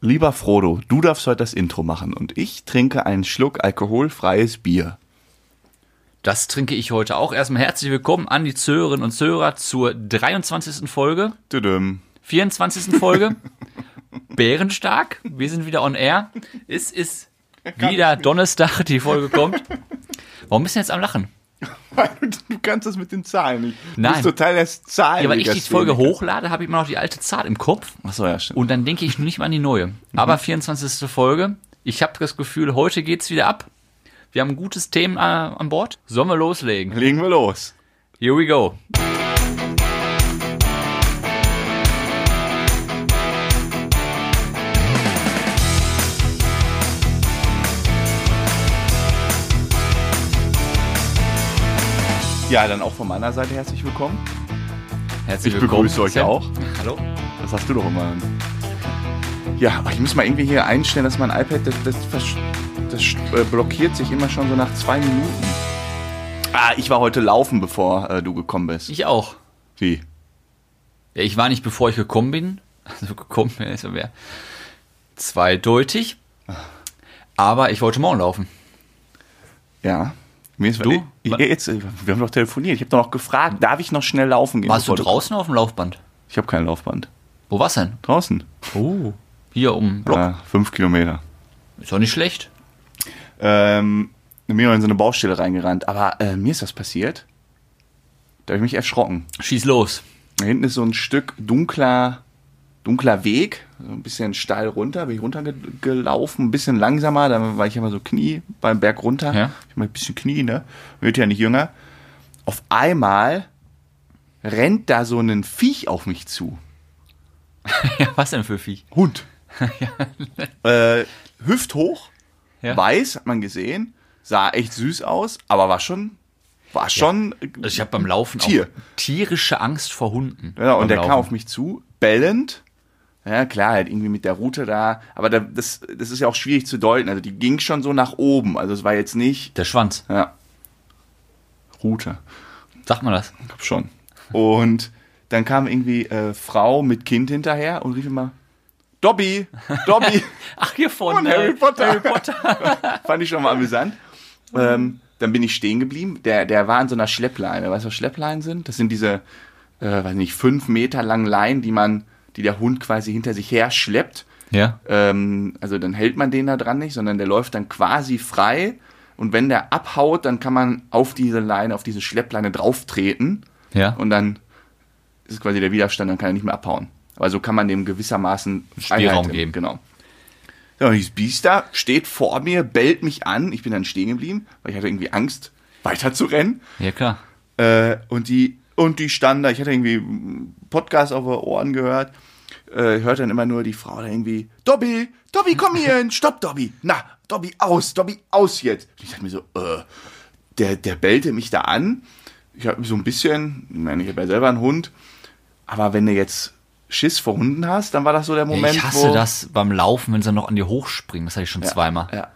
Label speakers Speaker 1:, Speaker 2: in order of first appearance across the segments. Speaker 1: Lieber Frodo, du darfst heute das Intro machen und ich trinke einen Schluck alkoholfreies Bier.
Speaker 2: Das trinke ich heute auch. Erstmal herzlich willkommen an die Zuhörerinnen und Zuhörer zur 23. Folge,
Speaker 1: Tüdüm.
Speaker 2: 24. Folge. Bärenstark, wir sind wieder on air. Es ist wieder Donnerstag, die Folge kommt. Warum bist du jetzt am Lachen?
Speaker 1: Du kannst das mit den Zahlen nicht. Du
Speaker 2: Nein.
Speaker 1: bist total das Zahlen.
Speaker 2: Ja, weil ich die Folge hochlade, habe ich immer noch die alte Zahl im Kopf
Speaker 1: Achso, ja, stimmt.
Speaker 2: und dann denke ich nicht mal an die
Speaker 1: Mhm.
Speaker 2: neue. Aber 24. Folge, ich habe das Gefühl, heute geht's wieder ab. Wir haben ein gutes Thema äh, an Bord. Sollen wir loslegen?
Speaker 1: Legen wir los.
Speaker 2: Here we go.
Speaker 1: Ja, dann auch von meiner Seite herzlich willkommen.
Speaker 2: Herzlich
Speaker 1: Ich
Speaker 2: willkommen.
Speaker 1: begrüße euch
Speaker 2: Sam.
Speaker 1: auch.
Speaker 2: Hallo.
Speaker 1: Das hast du doch immer. Ja, aber ich muss mal irgendwie hier einstellen, dass mein iPad, das, das, versch- das äh, blockiert sich immer schon so nach zwei Minuten. Ah, ich war heute laufen, bevor äh, du gekommen bist.
Speaker 2: Ich auch.
Speaker 1: Wie?
Speaker 2: Ja, ich war nicht, bevor ich gekommen bin. Also gekommen bin, ist ja mehr zweideutig. Aber ich wollte morgen laufen.
Speaker 1: Ja. Mir ist,
Speaker 2: Du?
Speaker 1: du? Ich, jetzt, äh, wir haben doch telefoniert. Ich habe doch noch gefragt, darf ich noch schnell laufen gehen?
Speaker 2: Warst du
Speaker 1: bevor
Speaker 2: draußen auf dem Laufband?
Speaker 1: Ich habe kein Laufband.
Speaker 2: Wo war's denn?
Speaker 1: Draußen.
Speaker 2: Oh. Hier um den Block.
Speaker 1: Ja, fünf Kilometer.
Speaker 2: Ist doch nicht schlecht.
Speaker 1: Ähm, mir war in so eine Baustelle reingerannt. Aber äh, mir ist was passiert. Da habe ich mich erschrocken.
Speaker 2: Schieß los.
Speaker 1: Da hinten ist so ein Stück dunkler, dunkler Weg. So ein bisschen steil runter. Bin ich runtergelaufen. Ein bisschen langsamer. Dann war ich immer so Knie beim Berg runter.
Speaker 2: Ja.
Speaker 1: Ich mein, ein bisschen Knie, ne? Wird ja nicht jünger. Auf einmal rennt da so ein Viech auf mich zu.
Speaker 2: Ja, was denn für Vieh?
Speaker 1: Hund. äh, hüfthoch,
Speaker 2: Ja.
Speaker 1: weiß, hat man gesehen, sah echt süß aus, aber war schon, war schon,
Speaker 2: Also ich habe beim Laufen
Speaker 1: Tier.
Speaker 2: auch tierische Angst vor Hunden.
Speaker 1: ja, Genau, und
Speaker 2: beim
Speaker 1: der
Speaker 2: Laufen.
Speaker 1: kam auf mich zu, bellend. Ja, klar, halt irgendwie mit der Route da, aber da, das, das ist ja auch schwierig zu deuten, also die ging schon so nach oben, also es war jetzt nicht,
Speaker 2: Der Schwanz.
Speaker 1: ja, Route.
Speaker 2: Sagt man das?
Speaker 1: Hab schon. Und dann kam irgendwie äh, Frau mit Kind hinterher und rief immer, Dobby, Dobby.
Speaker 2: Ach, hier
Speaker 1: Von
Speaker 2: vorne.
Speaker 1: Harry Potter.
Speaker 2: Harry Potter.
Speaker 1: Fand ich schon mal amüsant. Ähm, dann bin ich stehen geblieben. Der, der war an so einer Schleppleine. Weißt du, was Schleppleinen sind? Das sind diese, äh, weiß nicht, fünf Meter langen Leinen, die man, die der Hund quasi hinter sich her schleppt.
Speaker 2: Ja.
Speaker 1: Ähm, also dann hält man den da dran nicht, sondern der läuft dann quasi frei. Und wenn der abhaut, dann kann man auf diese Leine, auf diese Schleppleine drauftreten.
Speaker 2: Ja.
Speaker 1: Und dann ist quasi der Widerstand, dann kann er nicht mehr abhauen. Aber so kann man dem gewissermaßen
Speaker 2: Spielraum
Speaker 1: Freiheit-
Speaker 2: geben.
Speaker 1: Genau. Ja, und dieses Biest da steht vor mir, bellt mich an. Ich bin dann stehen geblieben, weil ich hatte irgendwie Angst, weiter zu rennen.
Speaker 2: ja, klar.
Speaker 1: Äh, und die und die standen da, ich hatte irgendwie einen Podcast auf den Ohren gehört, äh, hört dann immer nur die Frau da irgendwie, Dobby, Dobby, komm hier hin, stopp, Dobby, na, Dobby, aus, Dobby, aus jetzt. Und ich dachte mir so, äh, der, der bellte mich da an, ich habe so ein bisschen, ich meine, ich habe ja selber einen Hund, aber wenn du jetzt Schiss vor Hunden hast, dann war das so der Moment,
Speaker 2: ich hasse
Speaker 1: wo...
Speaker 2: das beim Laufen, wenn sie dann noch an dir hochspringen. Das hatte ich schon zweimal.
Speaker 1: Ja,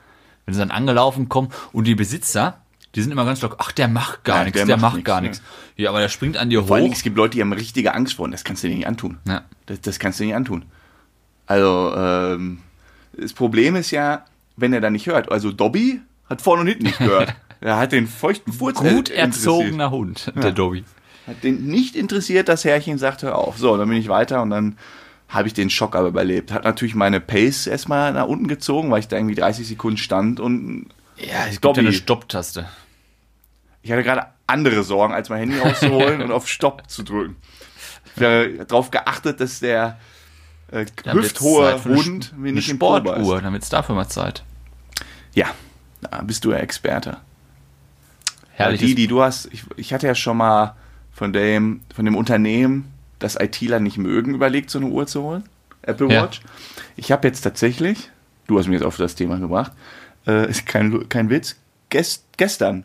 Speaker 2: Wenn sie dann angelaufen kommen und die Besitzer, die sind immer ganz locker, ach, der macht gar
Speaker 1: Ja,
Speaker 2: nichts,
Speaker 1: der
Speaker 2: der,
Speaker 1: macht
Speaker 2: macht,
Speaker 1: nichts,
Speaker 2: gar
Speaker 1: ne.
Speaker 2: nichts. Ja, aber der springt an dir
Speaker 1: Vor allen
Speaker 2: hoch.
Speaker 1: Dingen, es gibt Leute, die haben richtige Angst vor und das kannst du dir nicht antun.
Speaker 2: Ja.
Speaker 1: Das, das kannst du dir nicht antun. Also, ähm, das Problem ist ja, wenn er da nicht hört. Also, Dobby hat vorne und hinten nicht gehört. er hat den feuchten Furz
Speaker 2: Gut
Speaker 1: äh, interessiert.
Speaker 2: erzogener Hund, der Dobby.
Speaker 1: Hat den nicht interessiert, das Herrchen sagt, hör auf. So, dann bin ich weiter und dann habe ich den Schock aber überlebt. Hat natürlich meine Pace erstmal nach unten gezogen, weil ich da irgendwie 30 Sekunden stand und
Speaker 2: Ja, es gibt
Speaker 1: Dobby.
Speaker 2: ja eine Stopptaste.
Speaker 1: Ich hatte gerade andere Sorgen, als mein Handy rauszuholen und auf Stopp zu drücken. Ich habe darauf geachtet, dass der äh, hüfthohe Hund mir
Speaker 2: eine
Speaker 1: nicht im Ober ist.
Speaker 2: Sportuhr, damit es dafür mal Zeit.
Speaker 1: Ja, da bist du ja Experte.
Speaker 2: Herrlich.
Speaker 1: die, die du hast, ich, ich hatte ja schon mal von dem, von dem Unternehmen, das ITler nicht mögen, überlegt, so eine Uhr zu holen. Apple
Speaker 2: Ja.
Speaker 1: Watch. Ich habe jetzt tatsächlich, du hast mich jetzt auf das Thema gebracht, äh, ist kein, kein Witz, gest, gestern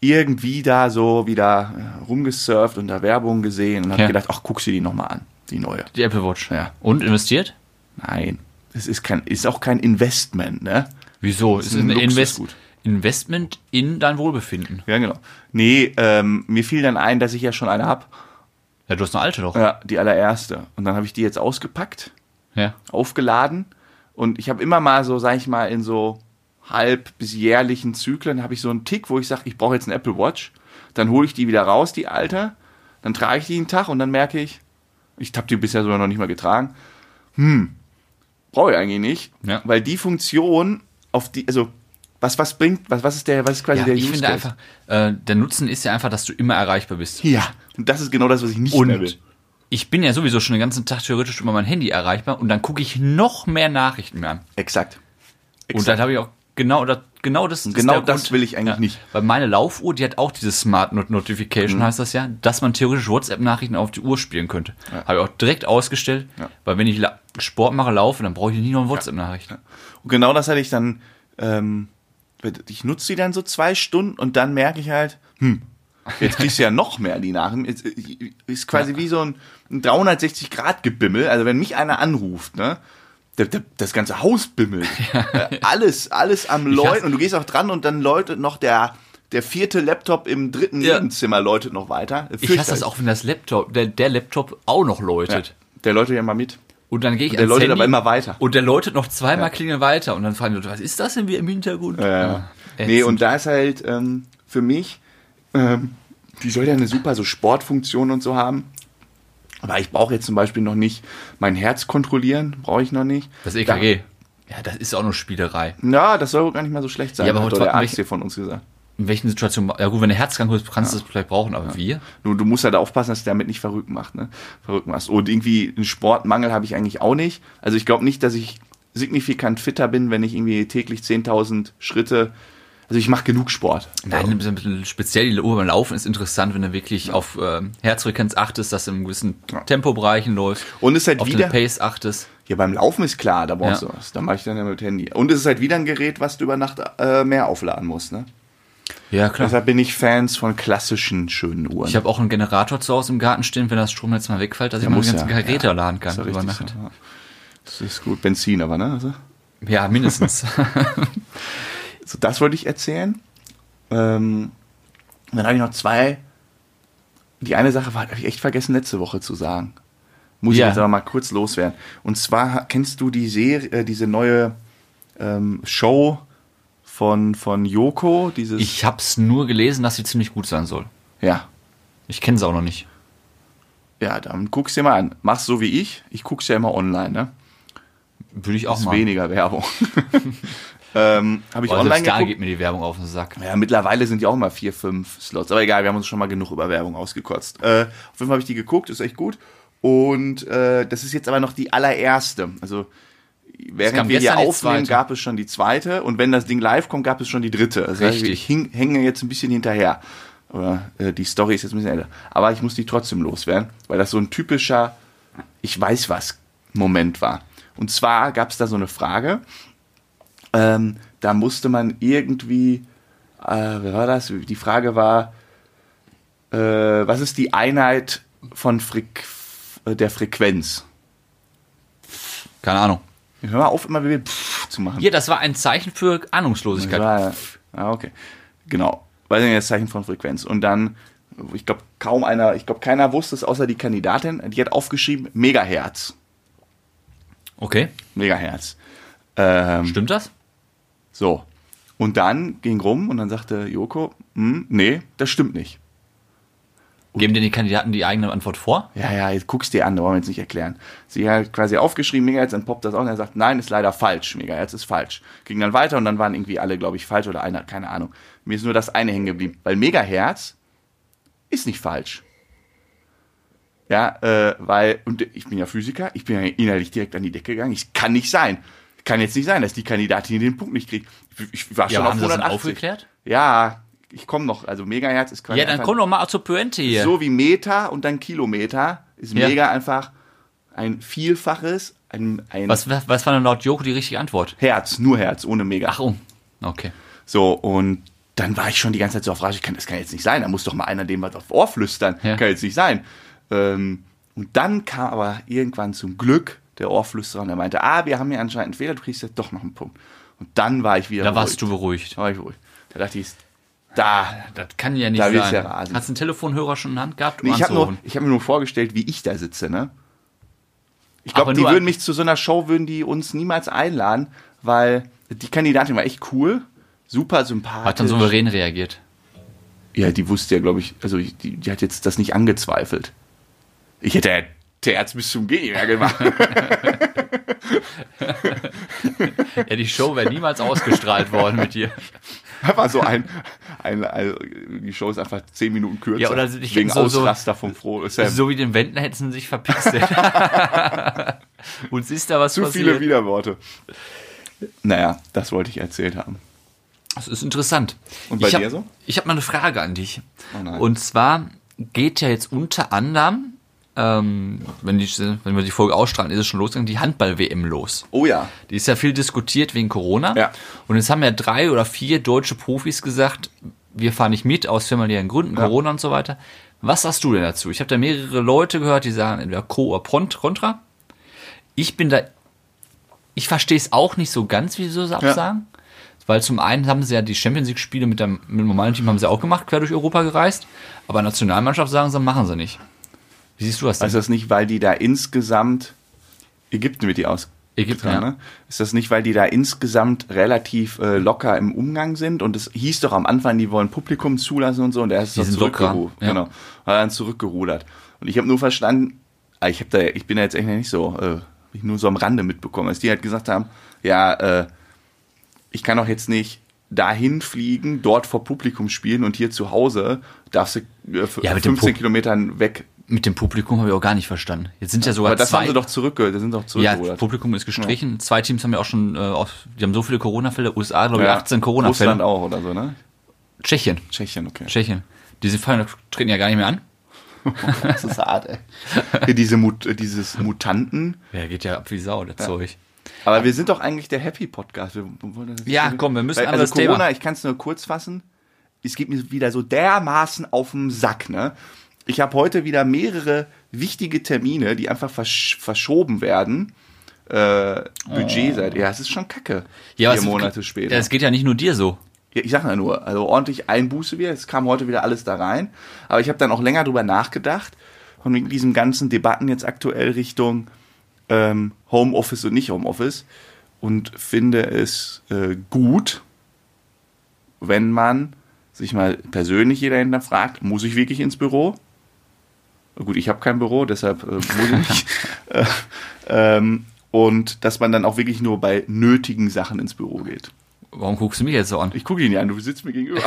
Speaker 1: irgendwie da so wieder äh, rumgesurft und da Werbung gesehen und habe
Speaker 2: Ja.
Speaker 1: gedacht, ach, guck sie die nochmal an, die neue.
Speaker 2: die Apple Watch.
Speaker 1: Ja.
Speaker 2: Und investiert?
Speaker 1: Nein, es ist, kein, ist auch kein Investment, ne?
Speaker 2: Wieso? Es ist
Speaker 1: ein
Speaker 2: ein Invest
Speaker 1: Luxusgut.
Speaker 2: Investment in dein Wohlbefinden.
Speaker 1: Ja, genau. Nee, ähm, mir fiel dann ein, dass ich ja schon eine habe.
Speaker 2: Ja, du hast eine alte doch.
Speaker 1: Ja, die allererste. Und dann habe ich die jetzt ausgepackt
Speaker 2: Ja.
Speaker 1: aufgeladen. Und ich habe immer mal so, sag ich mal, in so halb bis jährlichen Zyklen habe ich so einen Tick, wo ich sage, ich brauche jetzt eine Apple Watch. Dann hole ich die wieder raus, die alte. Dann trage ich die einen Tag und dann merke ich, ich habe die bisher sogar noch nicht mal getragen. Hm, brauche ich eigentlich nicht.
Speaker 2: Ja.
Speaker 1: Weil die Funktion, auf die, also, was, was bringt, was, was ist der, was ist quasi
Speaker 2: Ja,
Speaker 1: der
Speaker 2: ich
Speaker 1: Use
Speaker 2: finde
Speaker 1: Case?
Speaker 2: einfach, äh, der Nutzen ist ja einfach, dass du immer erreichbar bist.
Speaker 1: Ja, und das ist genau das, was ich nicht mehr will.
Speaker 2: Und ich bin ja sowieso schon den ganzen Tag theoretisch über mein Handy erreichbar und dann gucke ich noch mehr Nachrichten mehr an.
Speaker 1: Exakt.
Speaker 2: Und dann habe ich auch genau das, genau das. ist
Speaker 1: genau
Speaker 2: der
Speaker 1: das will ich eigentlich nicht. Mhm.
Speaker 2: Weil meine Laufuhr, die hat auch diese Smart Not Notification, heißt das ja, dass man theoretisch WhatsApp-Nachrichten auf die Uhr spielen könnte. Habe ich auch direkt ausgestellt, weil wenn ich la- Sport mache, laufe, dann brauche ich nie noch eine WhatsApp-Nachricht.
Speaker 1: Und genau das hatte ich dann, ähm, ich nutze die dann so zwei Stunden und dann merke ich halt, hm, jetzt kriegst du ja noch mehr die Nachrichten. Jetzt, äh, Ist quasi wie so ein, ein 360-Grad-Gebimmel. Also wenn mich einer anruft, ne? da- da- Das ganze Haus bimmelt. Äh, Alles, alles am Läuten. Und du gehst auch dran und dann läutet noch der, der vierte Laptop im dritten
Speaker 2: Ja.
Speaker 1: Nebenzimmer läutet noch weiter.
Speaker 2: Ich hasse das auch, wenn das Laptop, der, der Laptop auch noch
Speaker 1: Ja,
Speaker 2: läutet.
Speaker 1: der läutet ja mal mit.
Speaker 2: Und dann gehe ich
Speaker 1: der
Speaker 2: ans
Speaker 1: läutet
Speaker 2: Handy
Speaker 1: aber immer weiter.
Speaker 2: Und der läutet noch zweimal klingeln weiter. Und dann fragen die Leute, was ist das denn wie im Hintergrund?
Speaker 1: Ja.
Speaker 2: Ah,
Speaker 1: Äh, Nee,
Speaker 2: ätzend.
Speaker 1: und da ist halt ähm, für mich, ähm, die soll ja eine super so Sportfunktion und so haben. Aber ich brauche jetzt zum Beispiel noch nicht mein Herz kontrollieren, brauche ich noch nicht.
Speaker 2: Das E EKG. Ja, das ist auch nur Spielerei.
Speaker 1: Da, ja, das soll wohl gar nicht mal so schlecht sein,
Speaker 2: Ja, aber
Speaker 1: hat
Speaker 2: heute
Speaker 1: doch der
Speaker 2: hatten wir-
Speaker 1: Arzt hier von uns gesagt.
Speaker 2: In welchen Situationen, ja gut, wenn der Herzkrank ist, kannst du das vielleicht brauchen, aber wir?
Speaker 1: Nur du musst halt aufpassen, dass du damit nicht verrückt macht, ne? Verrückt machst. Und irgendwie einen Sportmangel habe ich eigentlich auch nicht. Also ich glaube nicht, dass ich signifikant fitter bin, wenn ich irgendwie täglich 10.000 Schritte. Also ich mache genug Sport.
Speaker 2: Nein, ein bisschen- ein bisschen speziell die Uhr beim Laufen ist interessant, wenn du wirklich auf ähm, Herzfrequenz achtest, dass du im gewissen Tempobereichen läufst.
Speaker 1: Und ist halt
Speaker 2: auf
Speaker 1: wieder
Speaker 2: den Pace achtest.
Speaker 1: Ja, beim Laufen ist klar, da brauchst
Speaker 2: Ja.
Speaker 1: du was. Da mache ich dann ja mit Handy. Und es ist halt wieder ein Gerät, was du über Nacht äh, mehr aufladen musst. Ne?
Speaker 2: Ja, klar.
Speaker 1: Deshalb bin ich Fans von klassischen, schönen Uhren.
Speaker 2: Ich habe auch einen Generator zu Hause im Garten stehen, wenn das Stromnetz mal wegfällt, dass ich meine
Speaker 1: muss
Speaker 2: ganzen
Speaker 1: ja,
Speaker 2: Geräte laden kann
Speaker 1: Ist ja
Speaker 2: über
Speaker 1: richtig
Speaker 2: Nacht.
Speaker 1: so, ja. Das ist gut. Benzin aber, ne? Also,
Speaker 2: Ja, mindestens.
Speaker 1: so, das wollte ich erzählen. Ähm, dann habe ich noch zwei. Die eine Sache war, habe ich echt vergessen, letzte Woche zu sagen. Muss
Speaker 2: Ja.
Speaker 1: ich jetzt aber mal kurz loswerden. Und zwar ha- kennst du die Serie, äh, diese neue ähm, Show von, von Joko? Dieses,
Speaker 2: ich hab's nur gelesen, dass sie ziemlich gut sein soll.
Speaker 1: ja,
Speaker 2: Ich kenne sie auch noch nicht.
Speaker 1: Ja, dann guck's dir mal an. Mach's so wie ich. Ich guck's ja immer online, ne?
Speaker 2: Würde ich auch
Speaker 1: Ist
Speaker 2: mal.
Speaker 1: weniger Werbung. ähm, Habe ich
Speaker 2: Boah,
Speaker 1: online
Speaker 2: selbst da
Speaker 1: geguckt.
Speaker 2: geht mir die Werbung auf den Sack.
Speaker 1: ja, mittlerweile sind ja auch mal vier, fünf Slots. Aber egal, wir haben uns schon mal genug über Werbung ausgekotzt. Äh, auf jeden Fall habe ich die geguckt, ist echt gut. Und äh, das ist jetzt aber noch die allererste. Also
Speaker 2: kam
Speaker 1: während wir hier
Speaker 2: gestern die
Speaker 1: aufnehmen,
Speaker 2: zweite.
Speaker 1: gab es schon die zweite. Und wenn das Ding live kommt, gab es schon die dritte. Also
Speaker 2: Richtig.
Speaker 1: Ich hing, hänge jetzt ein bisschen hinterher. Oder äh, die Story ist jetzt ein bisschen älter. Aber ich muss die trotzdem loswerden, weil das so ein typischer ich weiß was Moment war. Und zwar gab es da so eine Frage, ähm, da musste man irgendwie, äh, wer war das? Die Frage war, äh, was ist die Einheit von Freq der Frequenz?
Speaker 2: Keine Ahnung.
Speaker 1: Hör mal auf, immer wieder pff zu machen.
Speaker 2: Hier, das war ein Zeichen für Ahnungslosigkeit.
Speaker 1: Das war, ah, okay. Genau. Weiß nicht, das Zeichen von Frequenz. Und dann, ich glaube, kaum einer, ich glaube, keiner wusste es, außer die Kandidatin, die hat aufgeschrieben, Megahertz.
Speaker 2: Okay,
Speaker 1: Megahertz. Ähm,
Speaker 2: stimmt das?
Speaker 1: So. Und dann ging rum und dann sagte Joko, hm, nee, das stimmt nicht.
Speaker 2: Geben denn die Kandidaten die eigene Antwort vor?
Speaker 1: Ja, ja, jetzt guckst dir an, da wollen wir jetzt nicht erklären. Sie hat quasi aufgeschrieben, Megahertz, dann poppt das auch und er sagt, nein, ist leider falsch, Megahertz ist falsch. Ging dann weiter und dann waren irgendwie alle, glaube ich, falsch oder einer, keine Ahnung. Mir ist nur das eine hängen geblieben, weil Megahertz ist nicht falsch. Ja, äh, weil, und ich bin ja Physiker, ich bin ja innerlich direkt an die Decke gegangen, ich kann nicht sein. Kann jetzt nicht sein, dass die Kandidatin den Punkt nicht kriegt. Ich, ich war schon
Speaker 2: Ja, aber
Speaker 1: auf
Speaker 2: haben sie das denn
Speaker 1: 180.
Speaker 2: aufgeklärt?
Speaker 1: Ja, ich komme noch. Also Megahertz ist quasi
Speaker 2: Ja, dann
Speaker 1: einfach
Speaker 2: komm doch mal zur Pointe hier.
Speaker 1: so wie Meter und dann Kilometer. Ist
Speaker 2: Ja.
Speaker 1: Mega einfach ein Vielfaches, ein, ein
Speaker 2: Was, was was war denn laut Joko die richtige Antwort?
Speaker 1: Herz, nur Herz, ohne Mega.
Speaker 2: Ach, um. Okay.
Speaker 1: So, und dann war ich schon die ganze Zeit so auf Rage, ich kann, das kann jetzt nicht sein, da muss doch mal einer dem was auf Ohr flüstern,
Speaker 2: Ja.
Speaker 1: kann jetzt nicht sein. Ähm, und dann kam aber irgendwann zum Glück der Ohrflüsterer und er meinte, ah, wir haben hier anscheinend einen Fehler, du kriegst jetzt doch noch einen Punkt. Und dann war ich wieder
Speaker 2: Da warst du beruhigt.
Speaker 1: Da war ich ruhig. Da dachte ich, da,
Speaker 2: Das kann ja nicht
Speaker 1: Da willst
Speaker 2: sein.
Speaker 1: du ja rasen.
Speaker 2: Hast du einen Telefonhörer schon in der Hand gehabt, um
Speaker 1: Nee, ich habe
Speaker 2: anzurufen?
Speaker 1: hab mir nur vorgestellt, wie ich da sitze, ne? Ich glaube,
Speaker 2: Aber
Speaker 1: die
Speaker 2: nur-
Speaker 1: würden mich zu so einer Show, würden die uns niemals einladen, weil die Kandidatin war echt cool, super sympathisch.
Speaker 2: Hat dann souverän reagiert.
Speaker 1: Ja, die wusste ja, glaube ich, also ich, die, die hat jetzt das nicht angezweifelt. Ich hätte ja Terz bis zum Gehen mehr gemacht.
Speaker 2: Ja, die Show wäre niemals ausgestrahlt worden mit dir.
Speaker 1: Einfach so ein, ein, also die Show ist einfach zehn Minuten kürzer.
Speaker 2: Ja, oder ich
Speaker 1: wegen
Speaker 2: so- so-
Speaker 1: Ausraster vom Froh. Sam.
Speaker 2: So wie den Wendler hätten sie sich verpixelt. Uns ist da was
Speaker 1: Zu
Speaker 2: passiert.
Speaker 1: viele Widerworte. Naja, das wollte ich erzählt haben.
Speaker 2: Das ist interessant.
Speaker 1: Und bei
Speaker 2: ich
Speaker 1: dir
Speaker 2: hab,
Speaker 1: so?
Speaker 2: Ich habe mal eine Frage an dich.
Speaker 1: Oh nein.
Speaker 2: Und zwar geht ja jetzt unter anderem, ähm, wenn, die, wenn wir die Folge ausstrahlen, ist es schon losgegangen, die Handball-WM los.
Speaker 1: Oh ja.
Speaker 2: Die ist ja viel diskutiert wegen Corona.
Speaker 1: Ja.
Speaker 2: Und jetzt haben ja drei oder vier deutsche Profis gesagt, wir fahren nicht mit aus familiären Gründen, Corona und so weiter. Was sagst du denn dazu? Ich habe da mehrere Leute gehört, die sagen entweder Pro oder Pront- Contra. Ich bin da, ich verstehe es auch nicht so ganz, wieso sie absagen. Weil zum einen haben sie ja die Champions League Spiele mit dem, mit dem normalen Team haben sie auch gemacht, quer durch Europa gereist. Aber Nationalmannschaft sagen sie, machen sie nicht. Wie siehst du das denn?
Speaker 1: Also Ist das nicht, weil die da insgesamt Ägypten wird die aus?
Speaker 2: Ägypten,
Speaker 1: getragen,
Speaker 2: ja.
Speaker 1: ne? Ist das nicht, weil die da insgesamt relativ äh, locker im Umgang sind? Und es hieß doch am Anfang, die wollen Publikum zulassen und so, und er ist doch
Speaker 2: sind locker,
Speaker 1: zurückgerudert.
Speaker 2: ja.
Speaker 1: Genau. Hat dann zurückgerudert. Und ich habe nur verstanden, ah, ich, hab da, ich bin da jetzt echt nicht so, äh, hab ich nur so am Rande mitbekommen, dass die halt gesagt haben, ja, äh, ich kann doch jetzt nicht dahin fliegen, dort vor Publikum spielen und hier zu Hause darfst du äh, f-
Speaker 2: Ja, mit dem
Speaker 1: 15
Speaker 2: Pub-
Speaker 1: Kilometern weg
Speaker 2: mit dem Publikum habe ich auch gar nicht verstanden. Jetzt sind ja sogar
Speaker 1: aber das
Speaker 2: zwei.
Speaker 1: haben sie doch zurückge das sind doch
Speaker 2: Ja,
Speaker 1: zurückgerudert.
Speaker 2: das Publikum ist gestrichen. Zwei Teams haben ja auch schon, äh, auf, die haben so viele Corona-Fälle. USA, glaube ich, 18
Speaker 1: Russland
Speaker 2: Corona-Fälle.
Speaker 1: auch oder so, ne?
Speaker 2: Tschechien.
Speaker 1: Tschechien, okay.
Speaker 2: Tschechien. Diese Fälle treten ja gar nicht mehr an.
Speaker 1: Das ist hart, ey. Hier diese Mut äh, dieses Mutanten.
Speaker 2: Ja, geht ja ab wie Sau, das Zeug.
Speaker 1: Aber wir sind doch eigentlich der Happy Podcast. Wir wollen das jetzt
Speaker 2: Ja,
Speaker 1: nicht-
Speaker 2: komm, wir müssen
Speaker 1: Weil,
Speaker 2: ein
Speaker 1: Also
Speaker 2: anderes
Speaker 1: Corona,
Speaker 2: Thema.
Speaker 1: ich kann es nur kurz fassen. Es geht mir wieder so dermaßen auf den Sack, ne? Ich habe heute wieder mehrere wichtige Termine, die einfach versch verschoben werden. Äh, Budget seit. Ja, es ist schon kacke.
Speaker 2: Oh. Ja,
Speaker 1: vier
Speaker 2: es-
Speaker 1: Monate später.
Speaker 2: Ja, es geht ja nicht nur dir so.
Speaker 1: Ja, ich sag ja nur, also ordentlich Einbuße wieder. Es kam heute wieder alles da rein. Aber ich habe dann auch länger drüber nachgedacht und wegen diesen ganzen Debatten jetzt aktuell Richtung ähm, Homeoffice und nicht Homeoffice und finde es äh, gut, wenn man sich mal persönlich jeder hinterfragt, muss ich wirklich ins Büro? Gut, ich habe kein Büro, deshalb äh, muss ich nicht. äh, ähm, und dass man dann auch wirklich nur bei nötigen Sachen ins Büro geht.
Speaker 2: Warum guckst du mich jetzt so an?
Speaker 1: Ich gucke ihn ja an, du sitzt mir gegenüber.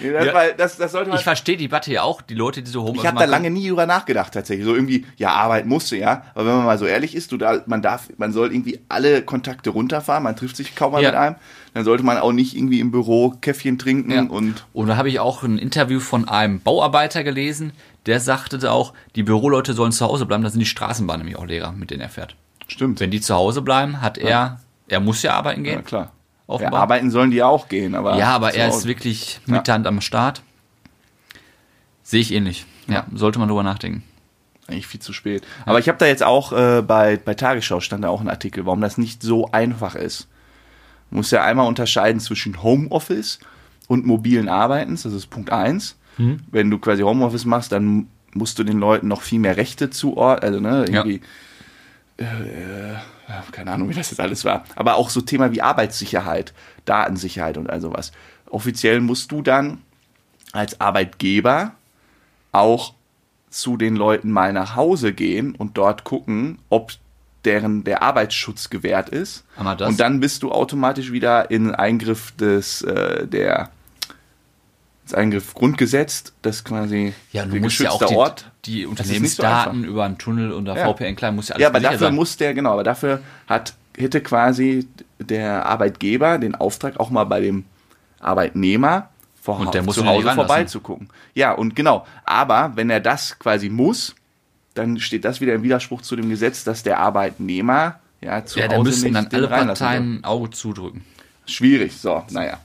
Speaker 1: nee, das,
Speaker 2: Ja.
Speaker 1: weil, das, das sollte man.
Speaker 2: Ich verstehe die Debatte ja auch, die Leute, die so Homeoffice
Speaker 1: Ich habe da lange nie drüber nachgedacht tatsächlich. So irgendwie, ja, Arbeit musste, ja. Aber wenn man mal so ehrlich ist, du da, man darf, man soll irgendwie alle Kontakte runterfahren, man trifft sich kaum mal
Speaker 2: Ja.
Speaker 1: mit einem, dann sollte man auch nicht irgendwie im Büro Käffchen trinken
Speaker 2: Ja.
Speaker 1: und
Speaker 2: Und da habe ich auch ein Interview von einem Bauarbeiter gelesen, der sagte da auch, die Büroleute sollen zu Hause bleiben, da sind die Straßenbahnen nämlich auch leerer, mit denen er fährt.
Speaker 1: stimmt.
Speaker 2: Wenn die zu Hause bleiben, hat er, er muss ja arbeiten gehen.
Speaker 1: ja, klar. Ja,
Speaker 2: Offenbar.
Speaker 1: arbeiten sollen die auch gehen, aber.
Speaker 2: Ja, aber er
Speaker 1: so-
Speaker 2: ist wirklich
Speaker 1: Ja.
Speaker 2: mit der Hand am Start. Sehe ich ähnlich. Ja, sollte man drüber nachdenken.
Speaker 1: eigentlich viel zu spät. Aber ich habe da jetzt auch äh, bei, bei Tagesschau stand da auch ein Artikel, warum das nicht so einfach ist. Muss ja einmal unterscheiden zwischen Homeoffice und mobilen Arbeitens, das ist Punkt eins. Wenn du quasi Homeoffice machst, dann musst du den Leuten noch viel mehr Rechte zuordnen, also ne, irgendwie äh, ja, keine Ahnung, wie das jetzt alles war. Aber auch so Thema wie Arbeitssicherheit, Datensicherheit und all sowas. Offiziell musst du dann als Arbeitgeber auch zu den Leuten mal nach Hause gehen und dort gucken, ob deren der Arbeitsschutz gewährt ist.
Speaker 2: Aber das-
Speaker 1: Und dann bist du automatisch wieder in Eingriff des äh, der ins Eingriff Grundgesetz, das quasi
Speaker 2: Ja, du
Speaker 1: der
Speaker 2: musst ja auch die,
Speaker 1: Ort.
Speaker 2: die
Speaker 1: Das ist nicht so
Speaker 2: Unternehmensdaten über einen Tunnel und der
Speaker 1: Ja.
Speaker 2: VPN klein muss ja alles
Speaker 1: Ja, aber
Speaker 2: sicher
Speaker 1: dafür
Speaker 2: sein.
Speaker 1: muss der, genau, aber dafür hat, hätte quasi der Arbeitgeber den Auftrag, auch mal bei dem Arbeitnehmer vor,
Speaker 2: Und der muss
Speaker 1: zu
Speaker 2: ihn ja nicht
Speaker 1: Hause
Speaker 2: ranlassen.
Speaker 1: vorbeizugucken. Ja, und genau. Aber wenn er das quasi muss, dann steht das wieder im Widerspruch zu dem Gesetz, dass der Arbeitnehmer ja zu
Speaker 2: ja, da
Speaker 1: Hause
Speaker 2: müssen
Speaker 1: nicht
Speaker 2: dann
Speaker 1: den
Speaker 2: alle
Speaker 1: reinlassen ne? soll.
Speaker 2: Parteien ein Auge zudrücken.
Speaker 1: Schwierig, so, naja.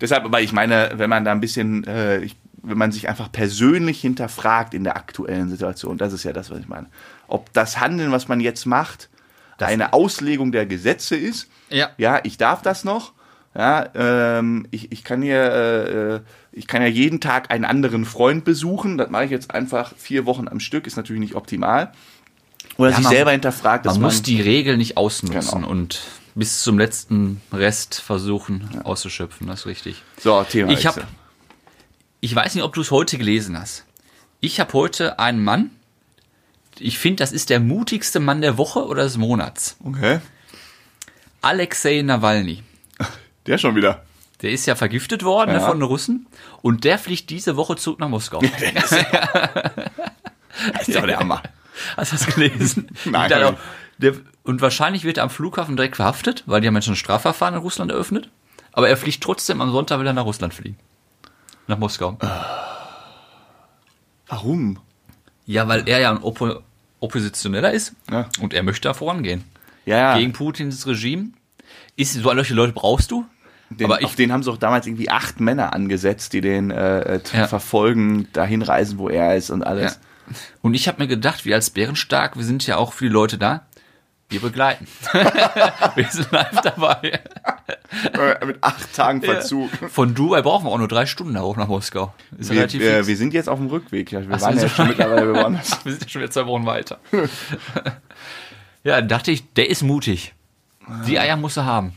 Speaker 1: Deshalb, aber ich meine, wenn man da ein bisschen, äh, ich, wenn man sich einfach persönlich hinterfragt in der aktuellen Situation, das ist ja das, was ich meine. Ob das Handeln, was man jetzt macht, eine Auslegung der Gesetze ist,
Speaker 2: Ja.
Speaker 1: ja, ich darf das noch, Ja, ähm, ich, ich, kann ja, äh, ich kann ja jeden Tag einen anderen Freund besuchen. Das mache ich jetzt einfach vier Wochen am Stück, ist natürlich nicht optimal. Oder
Speaker 2: Ja,
Speaker 1: sich
Speaker 2: man-
Speaker 1: selber hinterfragt. dass
Speaker 2: Man muss die Regel nicht ausnutzen
Speaker 1: Genau.
Speaker 2: und bis zum letzten Rest versuchen auszuschöpfen, das ist richtig.
Speaker 1: So, Thema.
Speaker 2: Ich habe, ich weiß nicht, ob du es heute gelesen hast. Ich habe heute einen Mann. Ich finde, das ist der mutigste Mann der Woche oder des Monats.
Speaker 1: Okay.
Speaker 2: Alexei Nawalny.
Speaker 1: Der schon wieder.
Speaker 2: Der ist ja vergiftet worden
Speaker 1: Ja.
Speaker 2: ne, von den Russen und der fliegt diese Woche zurück nach Moskau. das ist doch der Hammer. Hast du das gelesen?
Speaker 1: Nein.
Speaker 2: Der, hat auch- der, und wahrscheinlich wird er am Flughafen direkt verhaftet, weil die haben jetzt schon ein Strafverfahren in Russland eröffnet. Aber er fliegt trotzdem am Sonntag wieder nach Russland fliegen. Nach Moskau.
Speaker 1: Ah. Warum?
Speaker 2: Ja, weil er ja ein Oppo Oppositioneller ist
Speaker 1: Ja.
Speaker 2: und er möchte da vorangehen.
Speaker 1: Ja,
Speaker 2: Gegen Putins Regime. Ist, so solche Leute brauchst du.
Speaker 1: den,
Speaker 2: aber ich-
Speaker 1: auf den haben sie auch damals irgendwie acht Männer angesetzt, die den äh, äh, t-
Speaker 2: Ja.
Speaker 1: verfolgen, dahin reisen, wo er ist und alles.
Speaker 2: Ja. Und ich habe mir gedacht, wir als Bärenstark, wir sind ja auch für die Leute da. Wir begleiten. wir sind live dabei.
Speaker 1: Äh, Mit acht Tagen Verzug.
Speaker 2: Von Dubai brauchen wir auch nur drei Stunden da hoch nach Moskau. Ist
Speaker 1: Wir,
Speaker 2: relativ
Speaker 1: wir, äh,
Speaker 2: fix.
Speaker 1: wir sind jetzt auf dem Rückweg. Ja, Wir
Speaker 2: so,
Speaker 1: waren ja
Speaker 2: so.
Speaker 1: schon mittlerweile woanders.
Speaker 2: wir sind ja schon wieder zwei Wochen weiter. ja, dann dachte ich, der ist mutig. Die Eier muss er haben.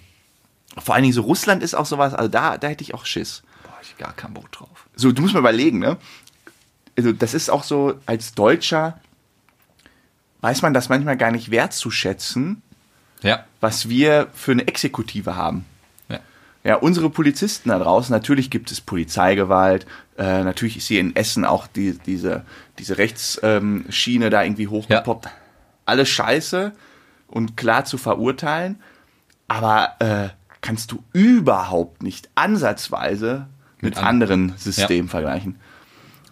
Speaker 1: Vor allen Dingen so Russland ist auch sowas, also da, da hätte ich auch Schiss.
Speaker 2: Boah, ich hab gar keinen Bock drauf.
Speaker 1: So, du musst mal überlegen, ne? Also, das ist auch so, als Deutscher weiß man das manchmal gar nicht wertzuschätzen,
Speaker 2: Ja.
Speaker 1: was wir für eine Exekutive haben.
Speaker 2: ja.
Speaker 1: Ja, unsere Polizisten da draußen, natürlich gibt es Polizeigewalt, äh, natürlich ist hier in Essen auch die, diese, diese Rechtsschiene ähm, Schiene da irgendwie hochgepoppt. Alles scheiße und klar zu verurteilen, aber äh, kannst du überhaupt nicht ansatzweise mit,
Speaker 2: Mit an-
Speaker 1: anderen Systemen vergleichen.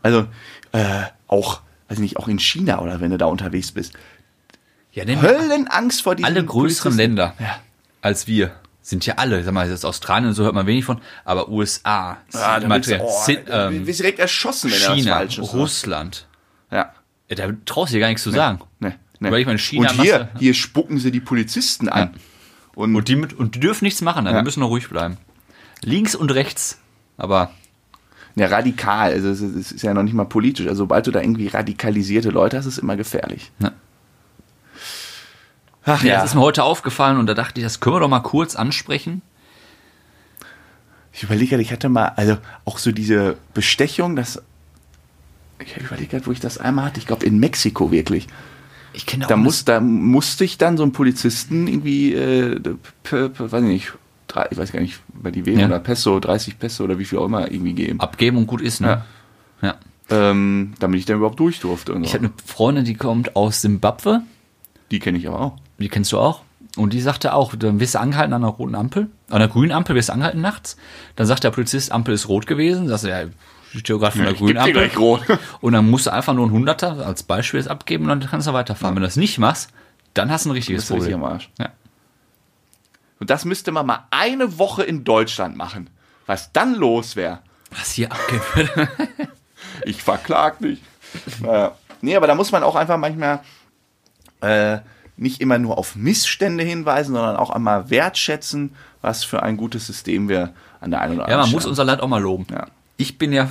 Speaker 1: Also äh, auch, weiß nicht, auch in China oder wenn du da unterwegs bist.
Speaker 2: Ja, nehmen wir
Speaker 1: Höllenangst vor diesen
Speaker 2: alle größeren
Speaker 1: Polizisten.
Speaker 2: Länder
Speaker 1: Ja.
Speaker 2: als wir sind ja alle, sag mal, jetzt Australien und so hört man wenig von, aber USA,
Speaker 1: Ah, da bist
Speaker 2: Madrid,
Speaker 1: du, oh,
Speaker 2: Sin-
Speaker 1: da
Speaker 2: ähm,
Speaker 1: wirst du direkt erschossen, wenn du was
Speaker 2: China,
Speaker 1: Falsches sagst.
Speaker 2: Russland.
Speaker 1: Ja.
Speaker 2: Ja, Äh, da traust du dir gar nichts zu sagen.
Speaker 1: Ne, ne.
Speaker 2: Weil ich meine, China
Speaker 1: und hier,
Speaker 2: machst du-
Speaker 1: hier spucken sie die Polizisten an. Und,
Speaker 2: Und die, mit, und die dürfen nichts machen, also
Speaker 1: Ja.
Speaker 2: wir müssen noch ruhig bleiben. Links und rechts, aber
Speaker 1: ja, radikal, also es ist, es ist ja noch nicht mal politisch. Also sobald du da irgendwie radikalisierte Leute hast, ist es immer gefährlich.
Speaker 2: ne.
Speaker 1: Ach
Speaker 2: ja. das ist mir heute aufgefallen und da dachte ich, das können wir doch mal kurz ansprechen.
Speaker 1: Ich überlege gerade, ich hatte mal, also auch so diese Bestechung, das. Ich überlege gerade, wo ich das einmal hatte. Ich glaube in Mexiko wirklich.
Speaker 2: Ich kenne
Speaker 1: Da, muss, da musste ich dann so einen Polizisten irgendwie, äh, p, p, weiß ich nicht, drei, ich weiß gar nicht, bei die Währung
Speaker 2: Ja.
Speaker 1: oder Peso, 30 Peso oder wie viel auch immer irgendwie geben.
Speaker 2: abgeben und gut ist, ne? Ja.
Speaker 1: Ähm, damit ich dann überhaupt durch durfte. Und
Speaker 2: Ich
Speaker 1: so.
Speaker 2: hatte eine Freundin, die kommt aus Simbabwe,
Speaker 1: Die kenne ich aber auch.
Speaker 2: die kennst du auch. Und die sagte auch, dann wirst du angehalten an einer roten Ampel, an einer grünen Ampel wirst du angehalten nachts. Dann sagt der Polizist, Ampel ist rot gewesen. Sagst du, ja, ich stehe gerade von der
Speaker 1: Ich
Speaker 2: grünen
Speaker 1: geb dir
Speaker 2: Ampel.
Speaker 1: gleich rot.
Speaker 2: Und dann musst du einfach nur ein Hunderter als Beispiel jetzt abgeben und dann kannst du weiterfahren. Wenn du das nicht machst, dann hast du ein richtiges
Speaker 1: Bist du richtig
Speaker 2: Problem.
Speaker 1: am Arsch.
Speaker 2: Ja.
Speaker 1: Und das müsste man mal eine Woche in Deutschland machen. Was dann los wäre.
Speaker 2: Was hier abgeben würde.
Speaker 1: Ich verklag dich. Naja. Nee, aber da muss man auch einfach manchmal äh, nicht immer nur auf Missstände hinweisen, sondern auch einmal wertschätzen, was für ein gutes System wir an der einen oder
Speaker 2: Ja,
Speaker 1: anderen
Speaker 2: man muss
Speaker 1: Stelle-
Speaker 2: unser Land auch mal loben.
Speaker 1: Ja.
Speaker 2: Ich bin ja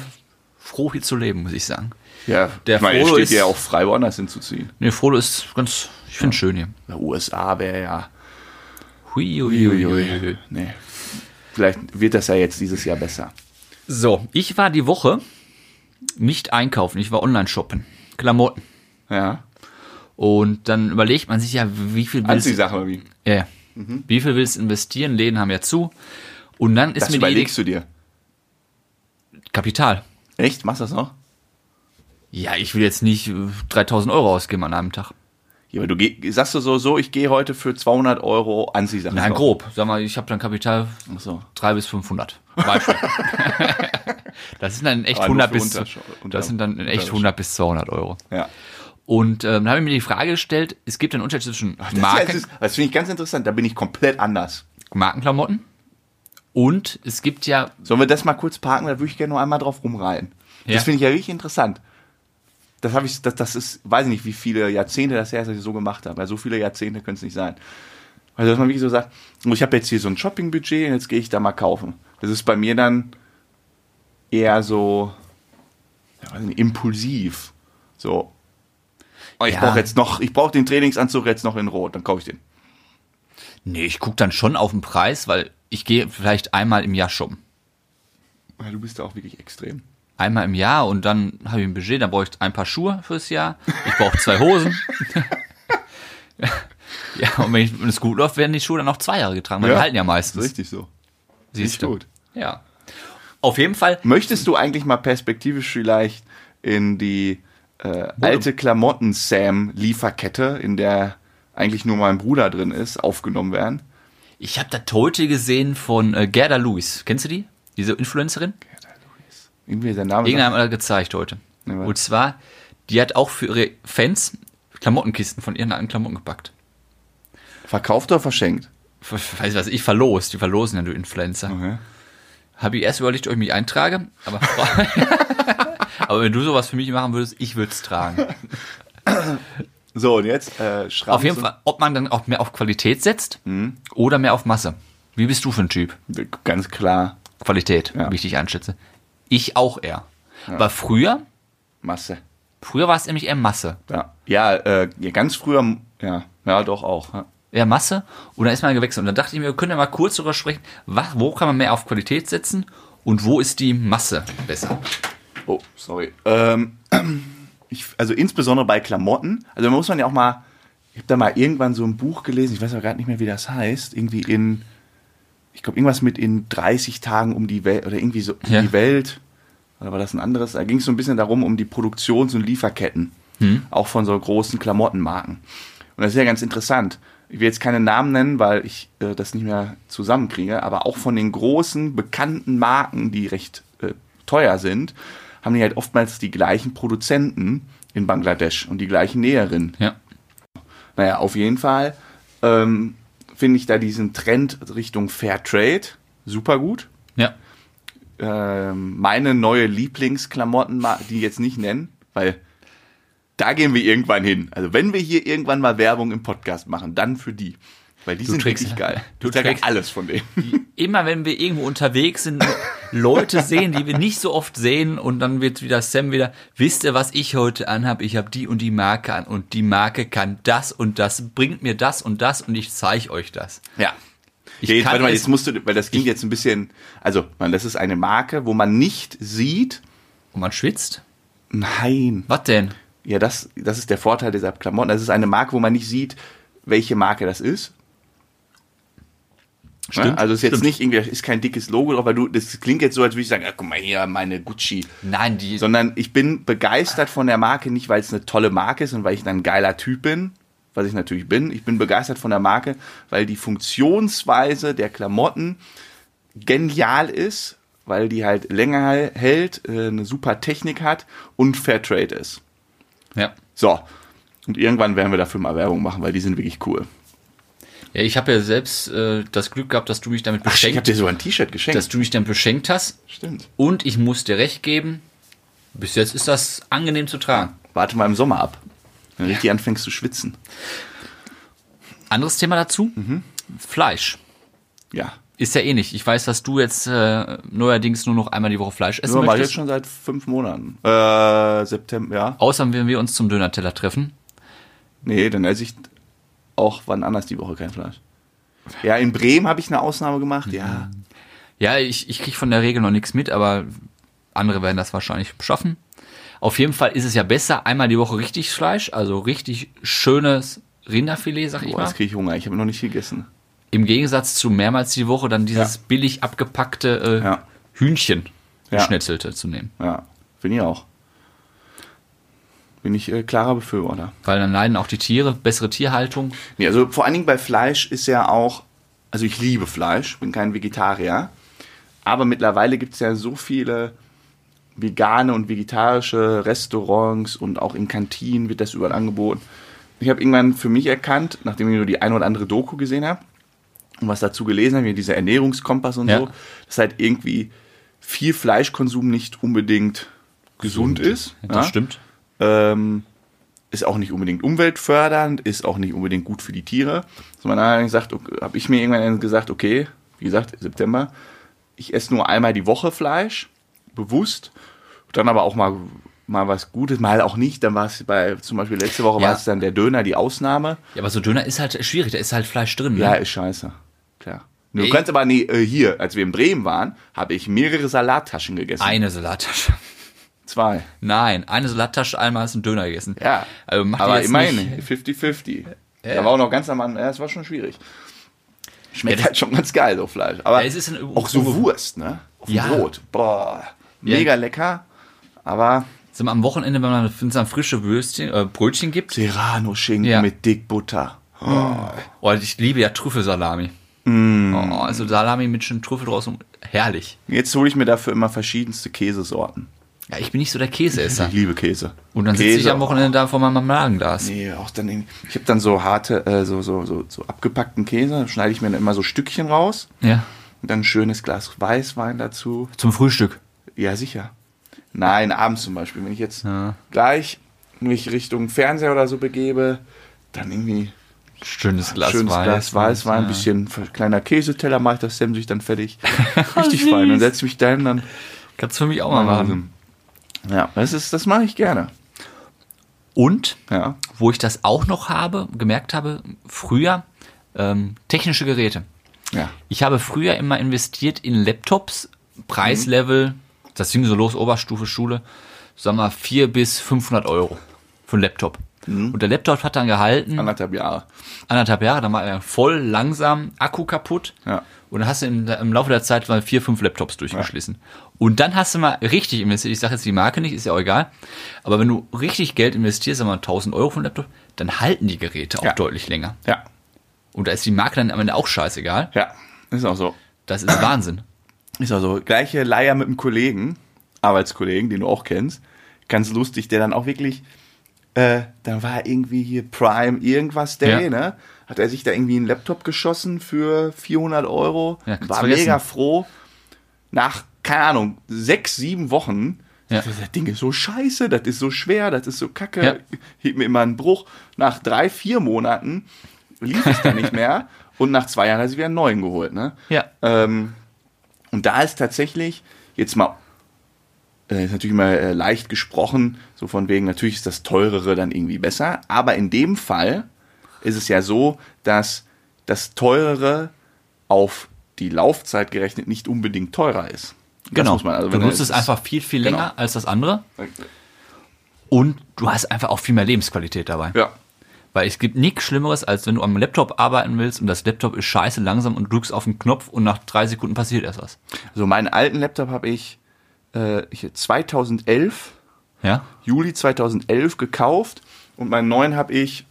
Speaker 2: froh, hier zu leben, muss ich sagen.
Speaker 1: ja,
Speaker 2: der
Speaker 1: ich meine, ihr
Speaker 2: Frodo
Speaker 1: steht
Speaker 2: ist-
Speaker 1: ja auch frei, woanders hinzuziehen.
Speaker 2: Nee, Frodo ist ganz, ich finde es schön hier.
Speaker 1: Na, USA wäre ja.
Speaker 2: Hui, hui, hui, hui, hui.
Speaker 1: Nee. Vielleicht wird das ja jetzt dieses Jahr besser.
Speaker 2: So, ich war die Woche nicht einkaufen, ich war online shoppen. Klamotten.
Speaker 1: Ja.
Speaker 2: Und dann überlegt man sich ja, wie viel willst du.
Speaker 1: Anziehsache irgendwie.
Speaker 2: Ja, ja.
Speaker 1: Mhm.
Speaker 2: Wie viel willst du investieren? Läden haben ja zu. Und dann ist
Speaker 1: Das
Speaker 2: mir die Idee,
Speaker 1: überlegst du dir.
Speaker 2: Kapital.
Speaker 1: Echt? Machst du das noch?
Speaker 2: Ja, ich will jetzt nicht äh, 3000 Euro ausgeben an einem Tag.
Speaker 1: Ja, aber du geh, sagst du so, so, ich gehe heute für 200 Euro Anziehsachen.
Speaker 2: Nein,
Speaker 1: kaufen.
Speaker 2: grob. Sag mal, ich habe dann Kapital
Speaker 1: Ach so.
Speaker 2: 3 bis 500. Beispiel. das sind dann echt
Speaker 1: Aber nur
Speaker 2: 100
Speaker 1: für
Speaker 2: bis,
Speaker 1: Untersch- Unter-
Speaker 2: das sind dann in echt
Speaker 1: Untersch-
Speaker 2: 100 bis 200 Euro.
Speaker 1: Ja.
Speaker 2: Und ähm, dann habe ich mir die Frage gestellt, es gibt einen Unterschied zwischen
Speaker 1: Das, ist- das,
Speaker 2: Marken,
Speaker 1: ist- das finde ich ganz interessant. Da bin ich komplett anders.
Speaker 2: Markenklamotten und es gibt ja,
Speaker 1: Sollen wir das mal kurz parken? Da würde ich gerne nur einmal drauf rumreiten.
Speaker 2: Ja.
Speaker 1: Das finde ich ja wirklich interessant. Das habe ich, das, das ist, weiß ich nicht, wie viele Jahrzehnte das her ist, dass ich so gemacht habe. Weil so viele Jahrzehnte können es nicht sein. Weil Also, dass man wirklich so sagt, ich habe jetzt hier so ein Shoppingbudget und jetzt gehe ich da mal kaufen. Das ist bei mir dann eher so ja, weiß nicht, impulsiv. So, oh, ich
Speaker 2: Ja.
Speaker 1: brauche jetzt noch, ich brauche den Trainingsanzug jetzt noch in Rot, dann kaufe ich den.
Speaker 2: Nee, ich gucke dann schon auf den Preis, weil ich gehe vielleicht einmal im Jahr shoppen.
Speaker 1: Ja, du bist da auch wirklich extrem.
Speaker 2: Einmal im Jahr und dann habe ich ein Budget, dann brauche ich ein paar Schuhe fürs Jahr. Ich brauche zwei Hosen. ja, und wenn, ich, wenn es gut läuft, werden die Schuhe dann noch zwei Jahre getragen, weil
Speaker 1: Ja.
Speaker 2: die halten ja
Speaker 1: Das
Speaker 2: meistens.
Speaker 1: ist richtig so.
Speaker 2: Siehst
Speaker 1: Nicht gut.
Speaker 2: Ja. Auf jeden Fall,
Speaker 1: Möchtest du eigentlich mal perspektivisch vielleicht in die äh, alte Klamotten-Sam-Lieferkette, in der eigentlich nur mein Bruder drin ist, aufgenommen werden?
Speaker 2: ich habe das heute gesehen von äh, Gerda Lewis. Kennst du die? Diese Influencerin?
Speaker 1: Irgendwie sein Name.
Speaker 2: Irgendeiner hat das gezeigt heute.
Speaker 1: Ja, was?
Speaker 2: Und zwar, die hat auch für ihre Fans Klamottenkisten von ihren alten Klamotten gepackt.
Speaker 1: sagt- verkauft oder verschenkt?
Speaker 2: Ver- Weiß was ich, verlost. Die verlosen ja, du Influencer.
Speaker 1: Okay.
Speaker 2: Habe ich erst überlegt, ob ich mich eintrage, aber, aber wenn du sowas für mich machen würdest, ich würde es tragen.
Speaker 1: So, und jetzt äh, Schranz
Speaker 2: Auf jeden Fall, ob man dann auch mehr auf Qualität setzt
Speaker 1: Mhm.
Speaker 2: oder mehr auf Masse. Wie bist du für ein Typ?
Speaker 1: und- Ganz klar,
Speaker 2: Qualität,
Speaker 1: Ja.
Speaker 2: wie ich dich einschätze. Ich auch eher. Aber früher,
Speaker 1: Masse.
Speaker 2: früher war es nämlich eher Masse.
Speaker 1: Ja, ja, äh, ja ganz früher, ja, ja, doch auch. Ja.
Speaker 2: Eher Masse und dann ist man gewechselt. Und dann dachte ich mir, wir können ja mal kurz darüber sprechen, was, wo kann man mehr auf Qualität setzen und wo ist die Masse besser?
Speaker 1: Oh, sorry. Ähm, ich, also insbesondere bei Klamotten. Also da muss man ja auch mal. Ich habe da mal irgendwann so ein Buch gelesen. Ich weiß aber gerade nicht mehr, wie das heißt. Irgendwie in. Ich glaube irgendwas mit in 30 Tagen um die Welt oder irgendwie so um
Speaker 2: Ja.
Speaker 1: die Welt. Oder war das ein anderes? Da ging es so ein bisschen darum um die Produktions- und Lieferketten, auch von so großen Klamottenmarken. Und das ist ja ganz interessant. Ich will jetzt keine Namen nennen, weil ich äh, das nicht mehr zusammenkriege, aber auch von den großen, bekannten Marken, die recht äh, teuer sind, haben die halt oftmals die gleichen Produzenten in Bangladesch und die gleichen Näherinnen.
Speaker 2: Ja.
Speaker 1: Naja, auf jeden Fall ähm, finde ich da diesen Trend Richtung Fairtrade super gut.
Speaker 2: Ja.
Speaker 1: Ähm, meine neue Lieblingsklamotten, ma- die jetzt nicht nennen, weil da gehen wir irgendwann hin. Also wenn wir hier irgendwann mal Werbung im Podcast machen, dann für die. Weil die sind
Speaker 2: trägst-
Speaker 1: richtig geil.
Speaker 2: du
Speaker 1: ich trage
Speaker 2: trägst-
Speaker 1: alles von denen.
Speaker 2: Immer wenn wir irgendwo unterwegs sind, Leute sehen, die wir nicht so oft sehen und dann wird wieder Sam wieder, wisst ihr, was ich heute anhab? Ich habe die und die Marke an und die Marke kann das und das, bringt mir das und das und ich zeige euch das.
Speaker 1: Ja. ja, jetzt,
Speaker 2: kann
Speaker 1: warte mal,
Speaker 2: es-
Speaker 1: jetzt musst du, weil das ging jetzt ein bisschen, also man, das ist eine Marke, wo man nicht sieht,
Speaker 2: Und man schwitzt?
Speaker 1: nein,
Speaker 2: Was denn?
Speaker 1: Ja, das, das ist der Vorteil dieser Klamotten. Das ist eine Marke, wo man nicht sieht, welche Marke das ist. Ne? Also es ist jetzt nicht irgendwie, das ist kein dickes Logo drauf, weil du, das klingt jetzt so, als würde ich sagen, ja, guck mal hier, meine Gucci.
Speaker 2: Nein, die.
Speaker 1: Sondern ich bin begeistert von der Marke, nicht weil es eine tolle Marke ist und weil ich ein geiler Typ bin, was ich natürlich bin. Ich bin begeistert von der Marke, weil die Funktionsweise der Klamotten genial ist, weil die halt länger hält, äh, eine super Technik hat und Fairtrade ist.
Speaker 2: ja.
Speaker 1: So. Und irgendwann werden wir dafür mal Werbung machen, weil die sind wirklich cool.
Speaker 2: ja, ich habe ja selbst äh, das Glück gehabt, dass du mich damit
Speaker 1: Ich habe
Speaker 2: beschenkt,
Speaker 1: dir sogar ein T-Shirt geschenkt.
Speaker 2: dass du mich dann beschenkt hast.
Speaker 1: Stimmt.
Speaker 2: Und ich muss dir recht geben, bis jetzt ist das angenehm zu tragen.
Speaker 1: Warte mal im Sommer ab. Wenn du richtig anfängst zu schwitzen.
Speaker 2: Anderes Thema dazu?
Speaker 1: Mhm.
Speaker 2: Fleisch.
Speaker 1: Ja.
Speaker 2: Ist ja ähnlich. Ich weiß, dass du jetzt äh, neuerdings nur noch einmal die Woche Fleisch essen
Speaker 1: Das mache ich jetzt
Speaker 2: möchtest.
Speaker 1: schon seit fünf Monaten. Äh, September, ja.
Speaker 2: Außer wenn wir uns zum Döner-Teller treffen.
Speaker 1: Nee, dann esse ich auch wann anders die Woche kein Fleisch. Ja, in Bremen habe ich eine Ausnahme gemacht. Ja.
Speaker 2: Ja, ich, ich kriege von der Regel noch nichts mit, aber andere werden das wahrscheinlich schaffen. Auf jeden Fall ist es ja besser, einmal die Woche richtig Fleisch, also richtig schönes Rinderfilet, sag ich
Speaker 1: Boah,
Speaker 2: mal.
Speaker 1: jetzt kriege ich Hunger. Ich habe noch nicht gegessen.
Speaker 2: Im Gegensatz zu mehrmals die Woche dann dieses
Speaker 1: Ja.
Speaker 2: billig abgepackte äh,
Speaker 1: Ja.
Speaker 2: Hühnchen
Speaker 1: Ja.
Speaker 2: geschnetzelte zu nehmen.
Speaker 1: Ja, bin ich auch. Bin ich äh, klarer Befürworter.
Speaker 2: Weil dann leiden auch die Tiere, bessere Tierhaltung.
Speaker 1: Nee, also vor allen Dingen bei Fleisch ist ja auch, also ich liebe Fleisch, bin kein Vegetarier, aber mittlerweile gibt es ja so viele vegane und vegetarische Restaurants und auch in Kantinen wird das überall angeboten. Ich habe irgendwann für mich erkannt, nachdem ich nur die eine oder andere Doku gesehen habe und was dazu gelesen habe, wie dieser Ernährungskompass und
Speaker 2: Ja.
Speaker 1: so, dass halt irgendwie viel Fleischkonsum nicht unbedingt gesund, ist.
Speaker 2: Das stimmt.
Speaker 1: Ähm, ist auch nicht unbedingt umweltfördernd, ist auch nicht unbedingt gut für die Tiere. So man hat dann gesagt, okay, habe ich mir irgendwann gesagt, okay, wie gesagt, September, ich esse nur einmal die Woche Fleisch, bewusst, dann aber auch mal mal was Gutes, mal auch nicht. Dann war es bei, zum Beispiel letzte Woche
Speaker 2: Ja.
Speaker 1: war es dann der Döner, die Ausnahme.
Speaker 2: Ja, aber so Döner ist halt schwierig, da ist halt Fleisch drin. Ne?
Speaker 1: Ja, ist scheiße. Klar. Du
Speaker 2: Ich-
Speaker 1: kannst aber nee, äh, hier, als wir in Bremen waren, habe ich mehrere Salattaschen gegessen.
Speaker 2: Eine Salattasche.
Speaker 1: Zwei.
Speaker 2: Nein, eine Salattasche, einmal hast du einen Döner gegessen.
Speaker 1: Ja.
Speaker 2: Also macht
Speaker 1: aber
Speaker 2: ihr jetzt
Speaker 1: immerhin,
Speaker 2: nicht-
Speaker 1: 50-50. Da war auch noch ganz am Anfang, ja, es war schon schwierig. Schmeckt
Speaker 2: Ja, das-
Speaker 1: halt schon ganz geil, so Fleisch. Aber
Speaker 2: Ja, es ist ein-
Speaker 1: auch so Wurst, ne? Auf dem
Speaker 2: Ja.
Speaker 1: Brot. Boah. Mega
Speaker 2: Ja.
Speaker 1: lecker. Aber
Speaker 2: Sag mal, am Wochenende, wenn man wenn es dann frische Würstchen, äh, Brötchen gibt.
Speaker 1: Serrano-Schinken
Speaker 2: Ja.
Speaker 1: mit dick Butter.
Speaker 2: Oh, ich liebe ja Trüffelsalami. Mm. Oh, also Salami mit schön Trüffel draus und herrlich.
Speaker 1: Jetzt hole ich mir dafür immer verschiedenste Käsesorten.
Speaker 2: Ja, ich bin nicht so der Käseesser.
Speaker 1: Ich liebe Käse.
Speaker 2: Und dann
Speaker 1: Käse
Speaker 2: sitze ich am Wochenende da vor meinem Magenglas.
Speaker 1: Nee, auch dann irgendwie- ich habe dann so harte, äh, so, so, so, so abgepackten Käse, dann schneide ich mir dann immer so Stückchen raus
Speaker 2: Ja.
Speaker 1: und dann ein schönes Glas Weißwein dazu.
Speaker 2: Zum Frühstück.
Speaker 1: Ja, sicher. Nein, abends zum Beispiel, wenn ich jetzt
Speaker 2: Ja.
Speaker 1: gleich mich Richtung Fernseher oder so begebe, dann irgendwie
Speaker 2: Schönes Glas
Speaker 1: schönes
Speaker 2: Weiß.
Speaker 1: Glas Weißwein, ein bisschen kleiner Käseteller, mache ich das Sam sich dann fertig. Richtig
Speaker 2: Oh, Süß.
Speaker 1: fein, dann setze ich mich dahin, dann ähm,
Speaker 2: Kannst du für mich auch mal machen.
Speaker 1: Ja, das ist, das mache ich gerne.
Speaker 2: Und,
Speaker 1: Ja.
Speaker 2: wo ich das auch noch habe, gemerkt habe, früher, ähm, technische Geräte.
Speaker 1: Ja.
Speaker 2: Ich habe früher immer investiert in Laptops, Preislevel, das ging so los, Oberstufe, Schule, sagen wir 4 bis 500 Euro für einen Laptop.
Speaker 1: Mhm.
Speaker 2: Und der Laptop hat dann gehalten,
Speaker 1: Anderthalb Jahre.
Speaker 2: anderthalb Jahre, dann war er voll langsam, Akku kaputt.
Speaker 1: Ja.
Speaker 2: Und dann hast du im, im Laufe der Zeit mal vier, fünf Laptops durchgeschlissen. Und dann hast du mal richtig investiert. Ich sage jetzt die Marke nicht, ist ja auch egal. Aber wenn du richtig Geld investierst, sagen wir mal 1000 Euro für einen Laptop, dann halten die Geräte auch
Speaker 1: Ja.
Speaker 2: deutlich länger.
Speaker 1: Ja.
Speaker 2: Und da ist die Marke dann am Ende auch scheißegal.
Speaker 1: Ja. Ist auch so.
Speaker 2: Das ist Wahnsinn.
Speaker 1: Ist auch so. Gleiche Leier mit einem Kollegen, Arbeitskollegen, den du auch kennst. Ganz lustig, der dann auch wirklich, äh, dann war irgendwie hier Prime irgendwas Day,
Speaker 2: Ja.
Speaker 1: ne? Hat er sich da irgendwie einen Laptop geschossen für 400 Euro.
Speaker 2: Ja, kannst
Speaker 1: war
Speaker 2: vergessen.
Speaker 1: mega froh. Nach, keine Ahnung, sechs, sieben Wochen.
Speaker 2: Ja.
Speaker 1: Das Ding ist so scheiße, das ist so schwer, das ist so kacke.
Speaker 2: Ja.
Speaker 1: Hielt mir immer einen Bruch. Nach drei, vier Monaten lief es dann nicht mehr. Und nach zwei Jahren hat er sich wieder einen neuen geholt, ne?
Speaker 2: Ja.
Speaker 1: Ähm, und da ist tatsächlich jetzt mal, äh, ist natürlich mal äh, leicht gesprochen, so von wegen, natürlich ist das teurere dann irgendwie besser, aber in dem Fall ist es ja so, dass das teurere auf die Laufzeit gerechnet nicht unbedingt teurer ist. Das
Speaker 2: Genau.
Speaker 1: muss man, also
Speaker 2: du
Speaker 1: wenn
Speaker 2: nutzt es einfach viel, viel länger
Speaker 1: Genau.
Speaker 2: als das andere. Und du hast einfach auch viel mehr Lebensqualität dabei.
Speaker 1: Ja,
Speaker 2: Weil es gibt nichts Schlimmeres, als wenn du am Laptop arbeiten willst und das Laptop ist scheiße langsam und du drückst auf den Knopf und nach drei Sekunden passiert erst was.
Speaker 1: so meinen alten Laptop habe ich, äh, ich 2011
Speaker 2: Ja?
Speaker 1: Juli 2011 gekauft und meinen neuen habe ich,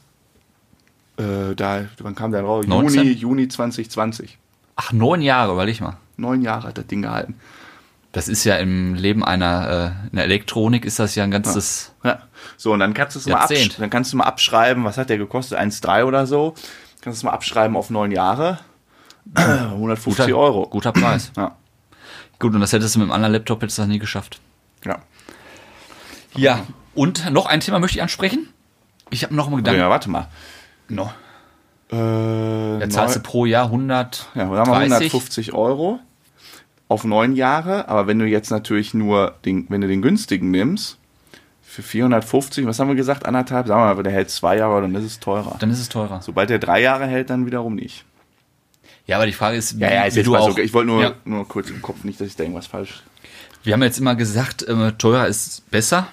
Speaker 1: äh, da, wann kam der raus?
Speaker 2: 19?
Speaker 1: Juni, Juni 2020.
Speaker 2: Ach, neun Jahre, überleg mal.
Speaker 1: Neun Jahre hat das Ding gehalten.
Speaker 2: Das ist ja im Leben einer äh, in der Elektronik ist das ja ein ganzes.
Speaker 1: Ja. So, und dann kannst du es mal, absch
Speaker 2: Jahrzehnt.
Speaker 1: dann kannst du mal abschreiben, was hat der gekostet? 1,3 oder so. Kannst du es mal abschreiben auf neun Jahre. 150 Euro.
Speaker 2: Guter Preis.
Speaker 1: Ja.
Speaker 2: Gut, und das hättest du mit einem anderen Laptop hättest du das nie geschafft.
Speaker 1: Ja.
Speaker 2: Ja. Und noch ein Thema möchte ich ansprechen. Ich habe noch einen Gedanken.
Speaker 1: ja, warte mal.
Speaker 2: No.
Speaker 1: Äh,
Speaker 2: Da zahlst du
Speaker 1: neun-
Speaker 2: pro Jahr 100.
Speaker 1: ja, sagen wir 150 Euro auf neun Jahre. Aber wenn du jetzt natürlich nur den, wenn du den günstigen nimmst, für 450, was haben wir gesagt, anderthalb, sagen wir mal, der hält zwei Jahre, dann ist es teurer.
Speaker 2: Dann ist es teurer.
Speaker 1: Sobald der drei Jahre hält, dann wiederum nicht.
Speaker 2: Ja, aber die Frage ist, wie, wie
Speaker 1: jetzt
Speaker 2: du
Speaker 1: mal
Speaker 2: auch.
Speaker 1: so. Ich wollte nur,
Speaker 2: Ja.
Speaker 1: nur kurz im Kopf nicht, dass ich da irgendwas falsch.
Speaker 2: Wir haben jetzt immer gesagt, äh, teurer ist besser.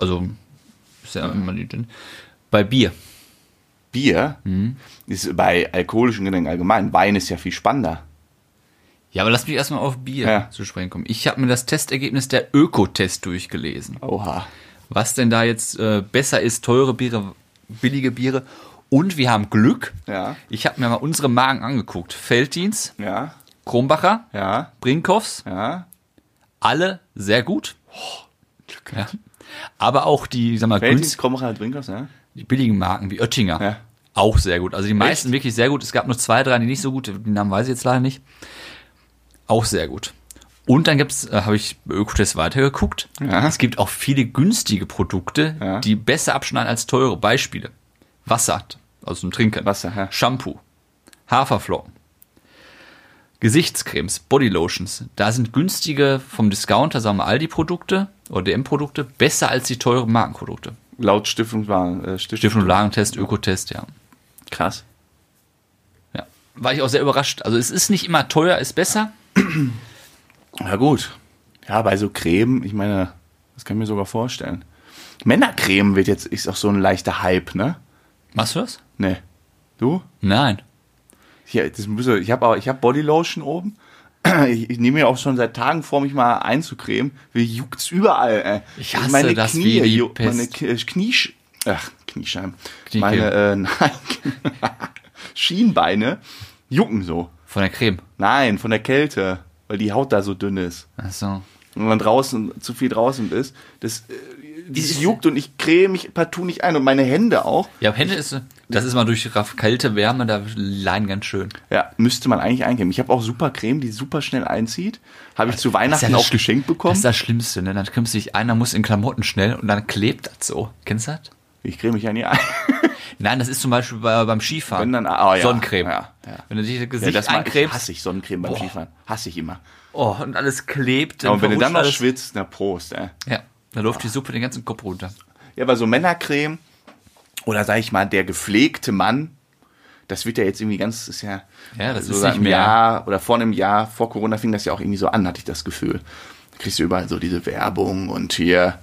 Speaker 2: Also, ist ja immer die Bei Bier.
Speaker 1: Bier ist bei alkoholischen Getränken allgemein. Wein ist ja viel spannender.
Speaker 2: Ja, aber lass mich erstmal auf Bier
Speaker 1: Ja.
Speaker 2: zu sprechen kommen. Ich habe mir das Testergebnis der Ökotest durchgelesen.
Speaker 1: Oha.
Speaker 2: Was denn da jetzt äh, besser ist, teure Biere, billige Biere. Und wir haben Glück.
Speaker 1: Ja.
Speaker 2: Ich habe mir mal unsere Magen angeguckt. Felddienst,
Speaker 1: Ja,
Speaker 2: Kronbacher,
Speaker 1: ja,
Speaker 2: Brinkhoffs,
Speaker 1: ja. Oh,
Speaker 2: alle sehr gut. Ja. Aber auch die, sag mal, günst,
Speaker 1: Welches Krombacher Drinkers, ja?
Speaker 2: die billigen Marken wie Oettinger.
Speaker 1: Ja.
Speaker 2: Auch sehr gut. Also die meisten wirklich sehr gut. Es gab nur zwei, drei, die nicht so gut. Die Namen weiß ich jetzt leider nicht. Auch sehr gut. Und dann gibt's, äh, habe ich bei Ökotest weitergeguckt.
Speaker 1: Ja.
Speaker 2: Es gibt auch viele günstige Produkte,
Speaker 1: Ja.
Speaker 2: die besser abschneiden als teure. Beispiele. Wasser, also zum Trinken.
Speaker 1: Wasser, ja.
Speaker 2: Shampoo. Haferflocken. Gesichtscremes, Bodylotions. Da sind günstige vom Discounter, sagen wir Aldi-Produkte oder DM-Produkte besser als die teuren Markenprodukte.
Speaker 1: Laut Stiftung waren äh, Stiftung.
Speaker 2: Stiftung Lagentest, Ökotest, ja.
Speaker 1: Krass.
Speaker 2: ja. War ich auch sehr überrascht. Also es ist nicht immer teuer, ist besser.
Speaker 1: Ja, gut. Ja, bei so Creme, ich meine, das kann ich mir sogar vorstellen. Männercreme wird jetzt, ist auch so ein leichter Hype, ne?
Speaker 2: Machst du das?
Speaker 1: Ne. Du?
Speaker 2: Nein.
Speaker 1: Ja, das müsse, ich habe ich hab Bodylotion oben. Ich, ich nehme mir auch schon seit Tagen vor, mich mal einzucremen. Wie juckt's überall, ey.
Speaker 2: Ich hasse das wie die
Speaker 1: juckt, meine
Speaker 2: Pest.
Speaker 1: K- äh, Kniesch, ach, Kniescheiben.
Speaker 2: Kniekehl.
Speaker 1: Meine, äh, nein, Schienbeine jucken so.
Speaker 2: Von der Creme.
Speaker 1: Nein, von der Kälte, weil die Haut da so dünn ist.
Speaker 2: Achso.
Speaker 1: Wenn man draußen, zu viel draußen ist, das, äh, das
Speaker 2: Dieses-
Speaker 1: juckt und ich creme mich partout nicht ein und meine Hände auch.
Speaker 2: Ja, aber Hände ist, das ist mal durch raff- kalte Wärme, da leiden ganz schön.
Speaker 1: Ja, müsste man eigentlich eincremen. Ich habe auch super Creme, die super schnell einzieht. Habe ich zu
Speaker 2: Das ist
Speaker 1: Weihnachten
Speaker 2: ja das
Speaker 1: auch
Speaker 2: Schli-
Speaker 1: geschenkt
Speaker 2: Das
Speaker 1: bekommen.
Speaker 2: ist das Schlimmste, ne? Dann krimmst du dich ein, dann musst du in Klamotten schnell und dann klebt das so. Kennst du das?
Speaker 1: Ich creme mich ja nie ein.
Speaker 2: Nein, das ist zum Beispiel bei, beim Skifahren.
Speaker 1: Wenn dann- ah, ja.
Speaker 2: Sonnencreme.
Speaker 1: Ja, ja.
Speaker 2: Wenn du dich das
Speaker 1: Ja,
Speaker 2: Gesicht
Speaker 1: das mag ich,
Speaker 2: eincremst,
Speaker 1: hasse ich Sonnencreme beim
Speaker 2: Boah.
Speaker 1: Skifahren. Hasse ich immer.
Speaker 2: oh, und alles klebt.
Speaker 1: Ja, und wenn du
Speaker 2: verrutscht
Speaker 1: dann noch
Speaker 2: alles.
Speaker 1: schwitzt, na Prost. Äh.
Speaker 2: Ja, dann läuft die Suppe den ganzen Kopf runter.
Speaker 1: Ja, aber so Männercreme oder sag ich mal, der gepflegte Mann, das wird ja jetzt irgendwie ganz, ist ja,
Speaker 2: Ja, das
Speaker 1: so
Speaker 2: ist
Speaker 1: seit
Speaker 2: nicht
Speaker 1: einem
Speaker 2: mehr-
Speaker 1: Jahr oder vor einem Jahr, vor Corona fing das ja auch irgendwie so an, hatte ich das Gefühl. Da kriegst du überall so diese Werbung und hier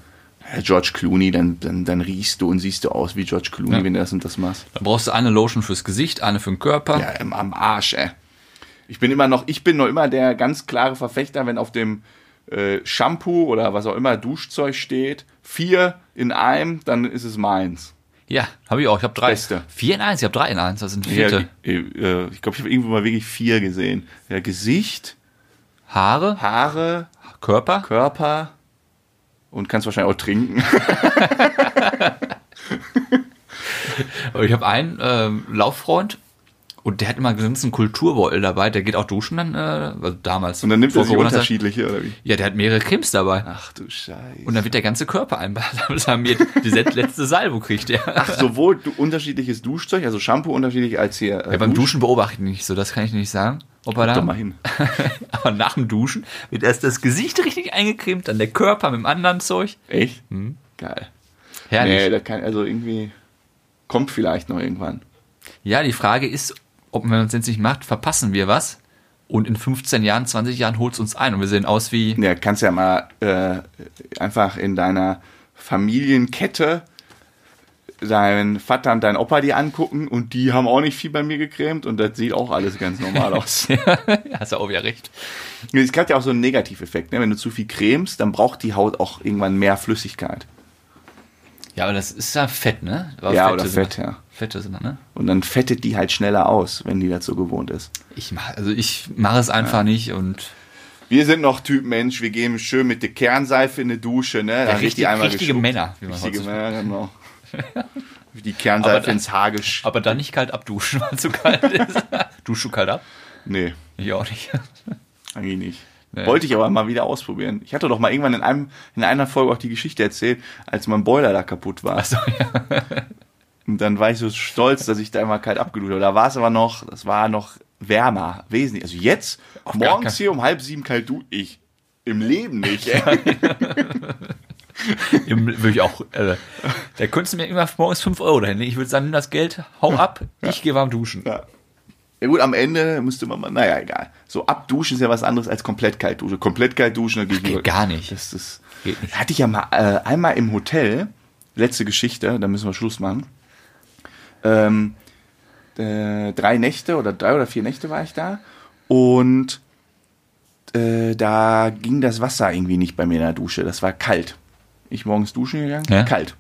Speaker 1: äh, George Clooney, dann, dann, dann riechst du und siehst du aus wie George Clooney,
Speaker 2: Ja.
Speaker 1: wenn du das und das machst.
Speaker 2: Dann brauchst du eine Lotion fürs Gesicht, eine für den Körper.
Speaker 1: Ja, im, am Arsch, ey. Ich bin immer noch, ich bin noch immer der ganz klare Verfechter, wenn auf dem äh, Shampoo oder was auch immer Duschzeug steht, vier in einem, dann ist es meins.
Speaker 2: Ja, habe ich auch. Ich habe drei.
Speaker 1: Beste.
Speaker 2: Vier in eins, ich habe drei in eins. Das sind
Speaker 1: Ja,
Speaker 2: vierte.
Speaker 1: äh, äh, ich glaube, ich habe irgendwo mal wirklich vier gesehen. Ja, Gesicht,
Speaker 2: Haare,
Speaker 1: Haare,
Speaker 2: Körper.
Speaker 1: Körper und kannst wahrscheinlich auch trinken.
Speaker 2: Aber Ich habe einen ähm, Lauffreund und der hat immer einen ganzen Kulturbeutel dabei. Der geht auch duschen dann, äh, also damals.
Speaker 1: Und dann nimmt
Speaker 2: vor
Speaker 1: er sich
Speaker 2: Corona-Zeit.
Speaker 1: unterschiedliche, oder wie?
Speaker 2: Ja, der hat mehrere Cremes dabei.
Speaker 1: Ach du Scheiße.
Speaker 2: Und dann wird der ganze Körper einbalsamiert. Die set- letzte Salvo kriegt er.
Speaker 1: Ach, sowohl du, unterschiedliches Duschzeug, also Shampoo unterschiedlich als hier. Äh,
Speaker 2: Ja, beim
Speaker 1: Dusch-
Speaker 2: Duschen beobachte ich nicht so, das kann ich nicht sagen. Ob er
Speaker 1: Doch
Speaker 2: da,
Speaker 1: mal hin.
Speaker 2: aber nach dem Duschen wird erst das Gesicht richtig eingecremt, dann der Körper mit dem anderen Zeug.
Speaker 1: Echt?
Speaker 2: Hm.
Speaker 1: Geil. Nee,
Speaker 2: Herrlich.
Speaker 1: das kann, also irgendwie kommt vielleicht noch irgendwann.
Speaker 2: Ja, die Frage ist, ob wenn man es jetzt nicht macht, verpassen wir was? Und in 15 Jahren, 20 Jahren holt es uns ein und wir sehen aus wie
Speaker 1: Ja, kannst ja mal äh, einfach in deiner Familienkette deinen Vater und deinen Opa die angucken und die haben auch nicht viel bei mir gecremt und das sieht auch alles ganz normal aus.
Speaker 2: Ja, hast du auch wieder recht.
Speaker 1: Es hat ja auch so einen Negativeffekt, ne? wenn du zu viel cremst, dann braucht die Haut auch irgendwann mehr Flüssigkeit
Speaker 2: Ja, aber das ist ja Fett, ne? Aber
Speaker 1: Ja,
Speaker 2: Fette
Speaker 1: oder
Speaker 2: sind
Speaker 1: Fett,
Speaker 2: das-
Speaker 1: ja.
Speaker 2: Fette sind das, ne?
Speaker 1: und dann fettet die halt schneller aus, wenn die dazu gewohnt ist.
Speaker 2: Ich mach, also ich mache es einfach nicht und
Speaker 1: Wir sind noch Typ Mensch, wir gehen schön mit der Kernseife in die Dusche, ne? Dann
Speaker 2: Ja,
Speaker 1: richtig
Speaker 2: richtig-
Speaker 1: einmal
Speaker 2: richtige
Speaker 1: geschluckt.
Speaker 2: Männer, wie man
Speaker 1: richtige
Speaker 2: heutzutage-
Speaker 1: Männer, genau. Die
Speaker 2: Aber
Speaker 1: Kernseife
Speaker 2: da-
Speaker 1: ins Haar gesch...
Speaker 2: aber dann nicht kalt abduschen, weil es zu kalt ist. Duschst du kalt ab?
Speaker 1: Nee.
Speaker 2: Ich auch nicht.
Speaker 1: Eigentlich eh nicht.
Speaker 2: Nee.
Speaker 1: Wollte ich aber mal wieder ausprobieren. Ich hatte doch mal irgendwann in, einem, in einer Folge auch die Geschichte erzählt, als mein Boiler da kaputt war.
Speaker 2: Achso, ja.
Speaker 1: Und dann war ich so stolz, dass ich da immer kalt abgeduscht habe. Da war es aber noch, das war noch wärmer, wesentlich. Also jetzt,
Speaker 2: gar
Speaker 1: morgens
Speaker 2: keinen-
Speaker 1: hier um halb sieben kalt du, ich im Leben nicht. Ey.
Speaker 2: Im- Würde ich auch. Äh, da könntest du mir immer morgens 5 Euro dahin. legen. Ich würde sagen, nimm das Geld, hau ab, ich gehe warm duschen.
Speaker 1: Ja. ja gut, am Ende müsste man mal, naja, egal. So abduschen ist ja was anderes als komplett kalt duschen. Komplett kalt duschen, da geht
Speaker 2: geht
Speaker 1: nur-
Speaker 2: gar nicht.
Speaker 1: Das ist,
Speaker 2: Geht nicht.
Speaker 1: Hatte ich ja mal äh, einmal im Hotel, letzte Geschichte, da müssen wir Schluss machen. Ähm, äh, drei Nächte oder drei oder vier Nächte war ich da und äh, da ging das Wasser irgendwie nicht bei mir in der Dusche. Das war kalt. Ich morgens duschen gegangen,
Speaker 2: Ja?
Speaker 1: kalt.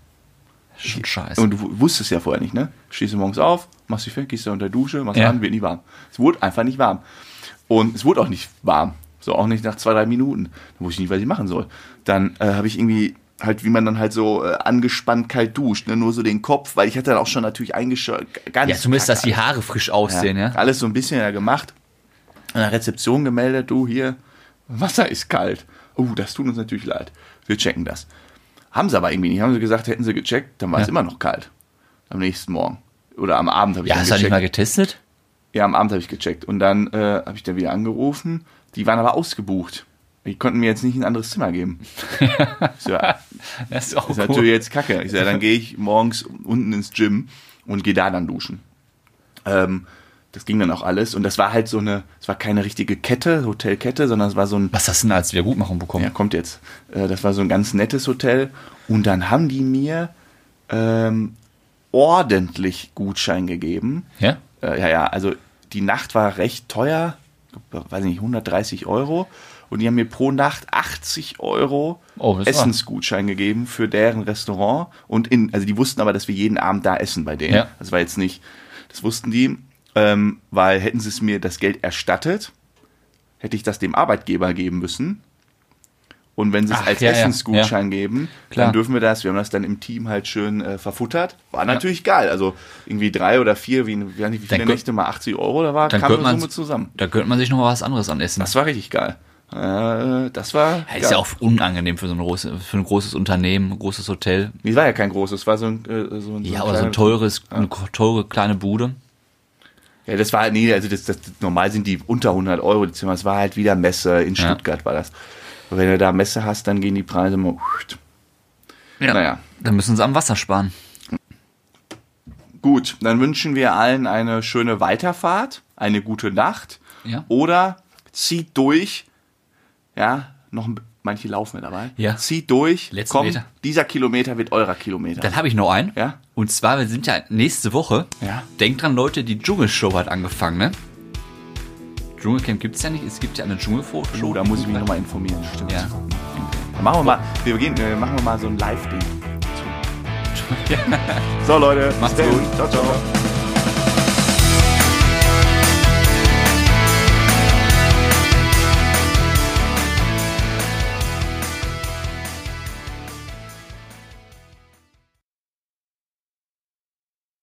Speaker 2: Schon scheiße.
Speaker 1: Und du wu- wusstest ja vorher nicht, ne? Stehst du morgens auf, machst dich fertig, gehst da unter die Dusche, machst
Speaker 2: Ja.
Speaker 1: an, wird nicht warm. Es wurde einfach nicht warm. Und es wurde auch nicht warm. So auch nicht nach zwei, drei Minuten. Da wusste ich nicht, was ich machen soll. Dann äh, habe ich irgendwie halt, wie man dann halt so äh, angespannt kalt duscht, ne? nur so den Kopf, weil ich hatte dann auch schon natürlich eingeschaltet.
Speaker 2: ja, zumindest, dass die Haare frisch aussehen, ja.
Speaker 1: Alles so ein bisschen ja gemacht. An der Rezeption gemeldet, du hier, Wasser ist kalt. Oh, das tut uns natürlich leid. Wir checken das. Haben sie aber irgendwie nicht. Haben sie gesagt, hätten sie gecheckt, dann war es immer noch kalt. Am nächsten Morgen. Oder am Abend habe ich
Speaker 2: Ja,
Speaker 1: dann
Speaker 2: hast du das nicht
Speaker 1: gecheckt.
Speaker 2: mal getestet?
Speaker 1: Ja, am Abend habe ich gecheckt. Und dann äh, habe ich dann wieder angerufen. Die waren aber ausgebucht. Die konnten mir jetzt nicht ein anderes Zimmer geben. Ich so, ja,
Speaker 2: Das ist auch
Speaker 1: das ist natürlich jetzt kacke. Ich sage, dann gehe ich morgens unten ins Gym und gehe da dann duschen. Ähm, das ging dann auch alles. Und das war halt so eine, es war keine richtige Kette, Hotelkette, sondern es war so ein
Speaker 2: Was hast du denn als Wiedergutmachung bekommen?
Speaker 1: ja, kommt jetzt. Äh, Das war so ein ganz nettes Hotel. Und dann haben die mir ähm, ordentlich Gutschein gegeben.
Speaker 2: Ja?
Speaker 1: Äh, ja, ja, also die Nacht war recht teuer. Ich glaub, Weiß nicht, 130 Euro. Und die haben mir pro Nacht 80 Euro
Speaker 2: Oh, das war-
Speaker 1: Essensgutschein gegeben für deren Restaurant. Und in, also die wussten aber, dass wir jeden Abend da essen bei denen.
Speaker 2: Ja.
Speaker 1: Das war jetzt nicht, das wussten die, ähm, weil hätten sie es mir das Geld erstattet, hätte ich das dem Arbeitgeber geben müssen. Und wenn sie es
Speaker 2: Ach,
Speaker 1: als
Speaker 2: ja, ja,
Speaker 1: Essensgutschein geben,
Speaker 2: Klar.
Speaker 1: dann dürfen wir das. Wir haben das dann im Team halt schön äh, verfuttert. War natürlich geil. Also irgendwie drei oder vier, wie, wie, wie viele
Speaker 2: Dann kö-
Speaker 1: Nächte mal 80 Euro da war,
Speaker 2: Dann
Speaker 1: kam
Speaker 2: könnte
Speaker 1: eine
Speaker 2: man,
Speaker 1: Summe zusammen.
Speaker 2: da könnte man sich noch mal was anderes an essen.
Speaker 1: Das war richtig geil. Äh, das war.
Speaker 2: Ja,
Speaker 1: geil.
Speaker 2: Ist ja auch unangenehm für so ein, großes, für ein großes Unternehmen, ein großes Hotel.
Speaker 1: Nee, war ja kein großes, war so ein. Äh, so ein
Speaker 2: Ja,
Speaker 1: ein
Speaker 2: oder so ein
Speaker 1: kleines-
Speaker 2: teures, eine teure kleine Bude.
Speaker 1: Ja, das war, nee, also das, das, normal sind die unter 100 Euro die Zimmer. Es war halt wieder Messe, in Stuttgart war das. Und wenn du da Messe hast, dann gehen die Preise mal.
Speaker 2: Ja.
Speaker 1: Naja.
Speaker 2: Dann müssen sie am Wasser sparen.
Speaker 1: Gut, dann wünschen wir allen eine schöne Weiterfahrt, eine gute Nacht.
Speaker 2: Ja.
Speaker 1: Oder zieht durch. Ja, noch ein- manche laufen ja dabei.
Speaker 2: Ja.
Speaker 1: Zieht durch.
Speaker 2: Letzten
Speaker 1: komm,
Speaker 2: Meter.
Speaker 1: dieser Kilometer wird eurer Kilometer.
Speaker 2: Dann habe ich noch einen.
Speaker 1: Ja.
Speaker 2: Und zwar, wir sind ja nächste Woche.
Speaker 1: Ja.
Speaker 2: Denkt dran, Leute, die Dschungelshow hat angefangen, ne? Dschungelcamp gibt's ja nicht. Es gibt ja eine Dschungelshow.
Speaker 1: oh, da muss ich mich nochmal informieren. Stimmt.
Speaker 2: Ja.
Speaker 1: Dann Machen wir mal, wir gehen, äh, machen wir mal so ein Live-Ding. So Leute,
Speaker 2: Macht's
Speaker 1: bis dann.
Speaker 2: gut.
Speaker 1: Ciao, ciao.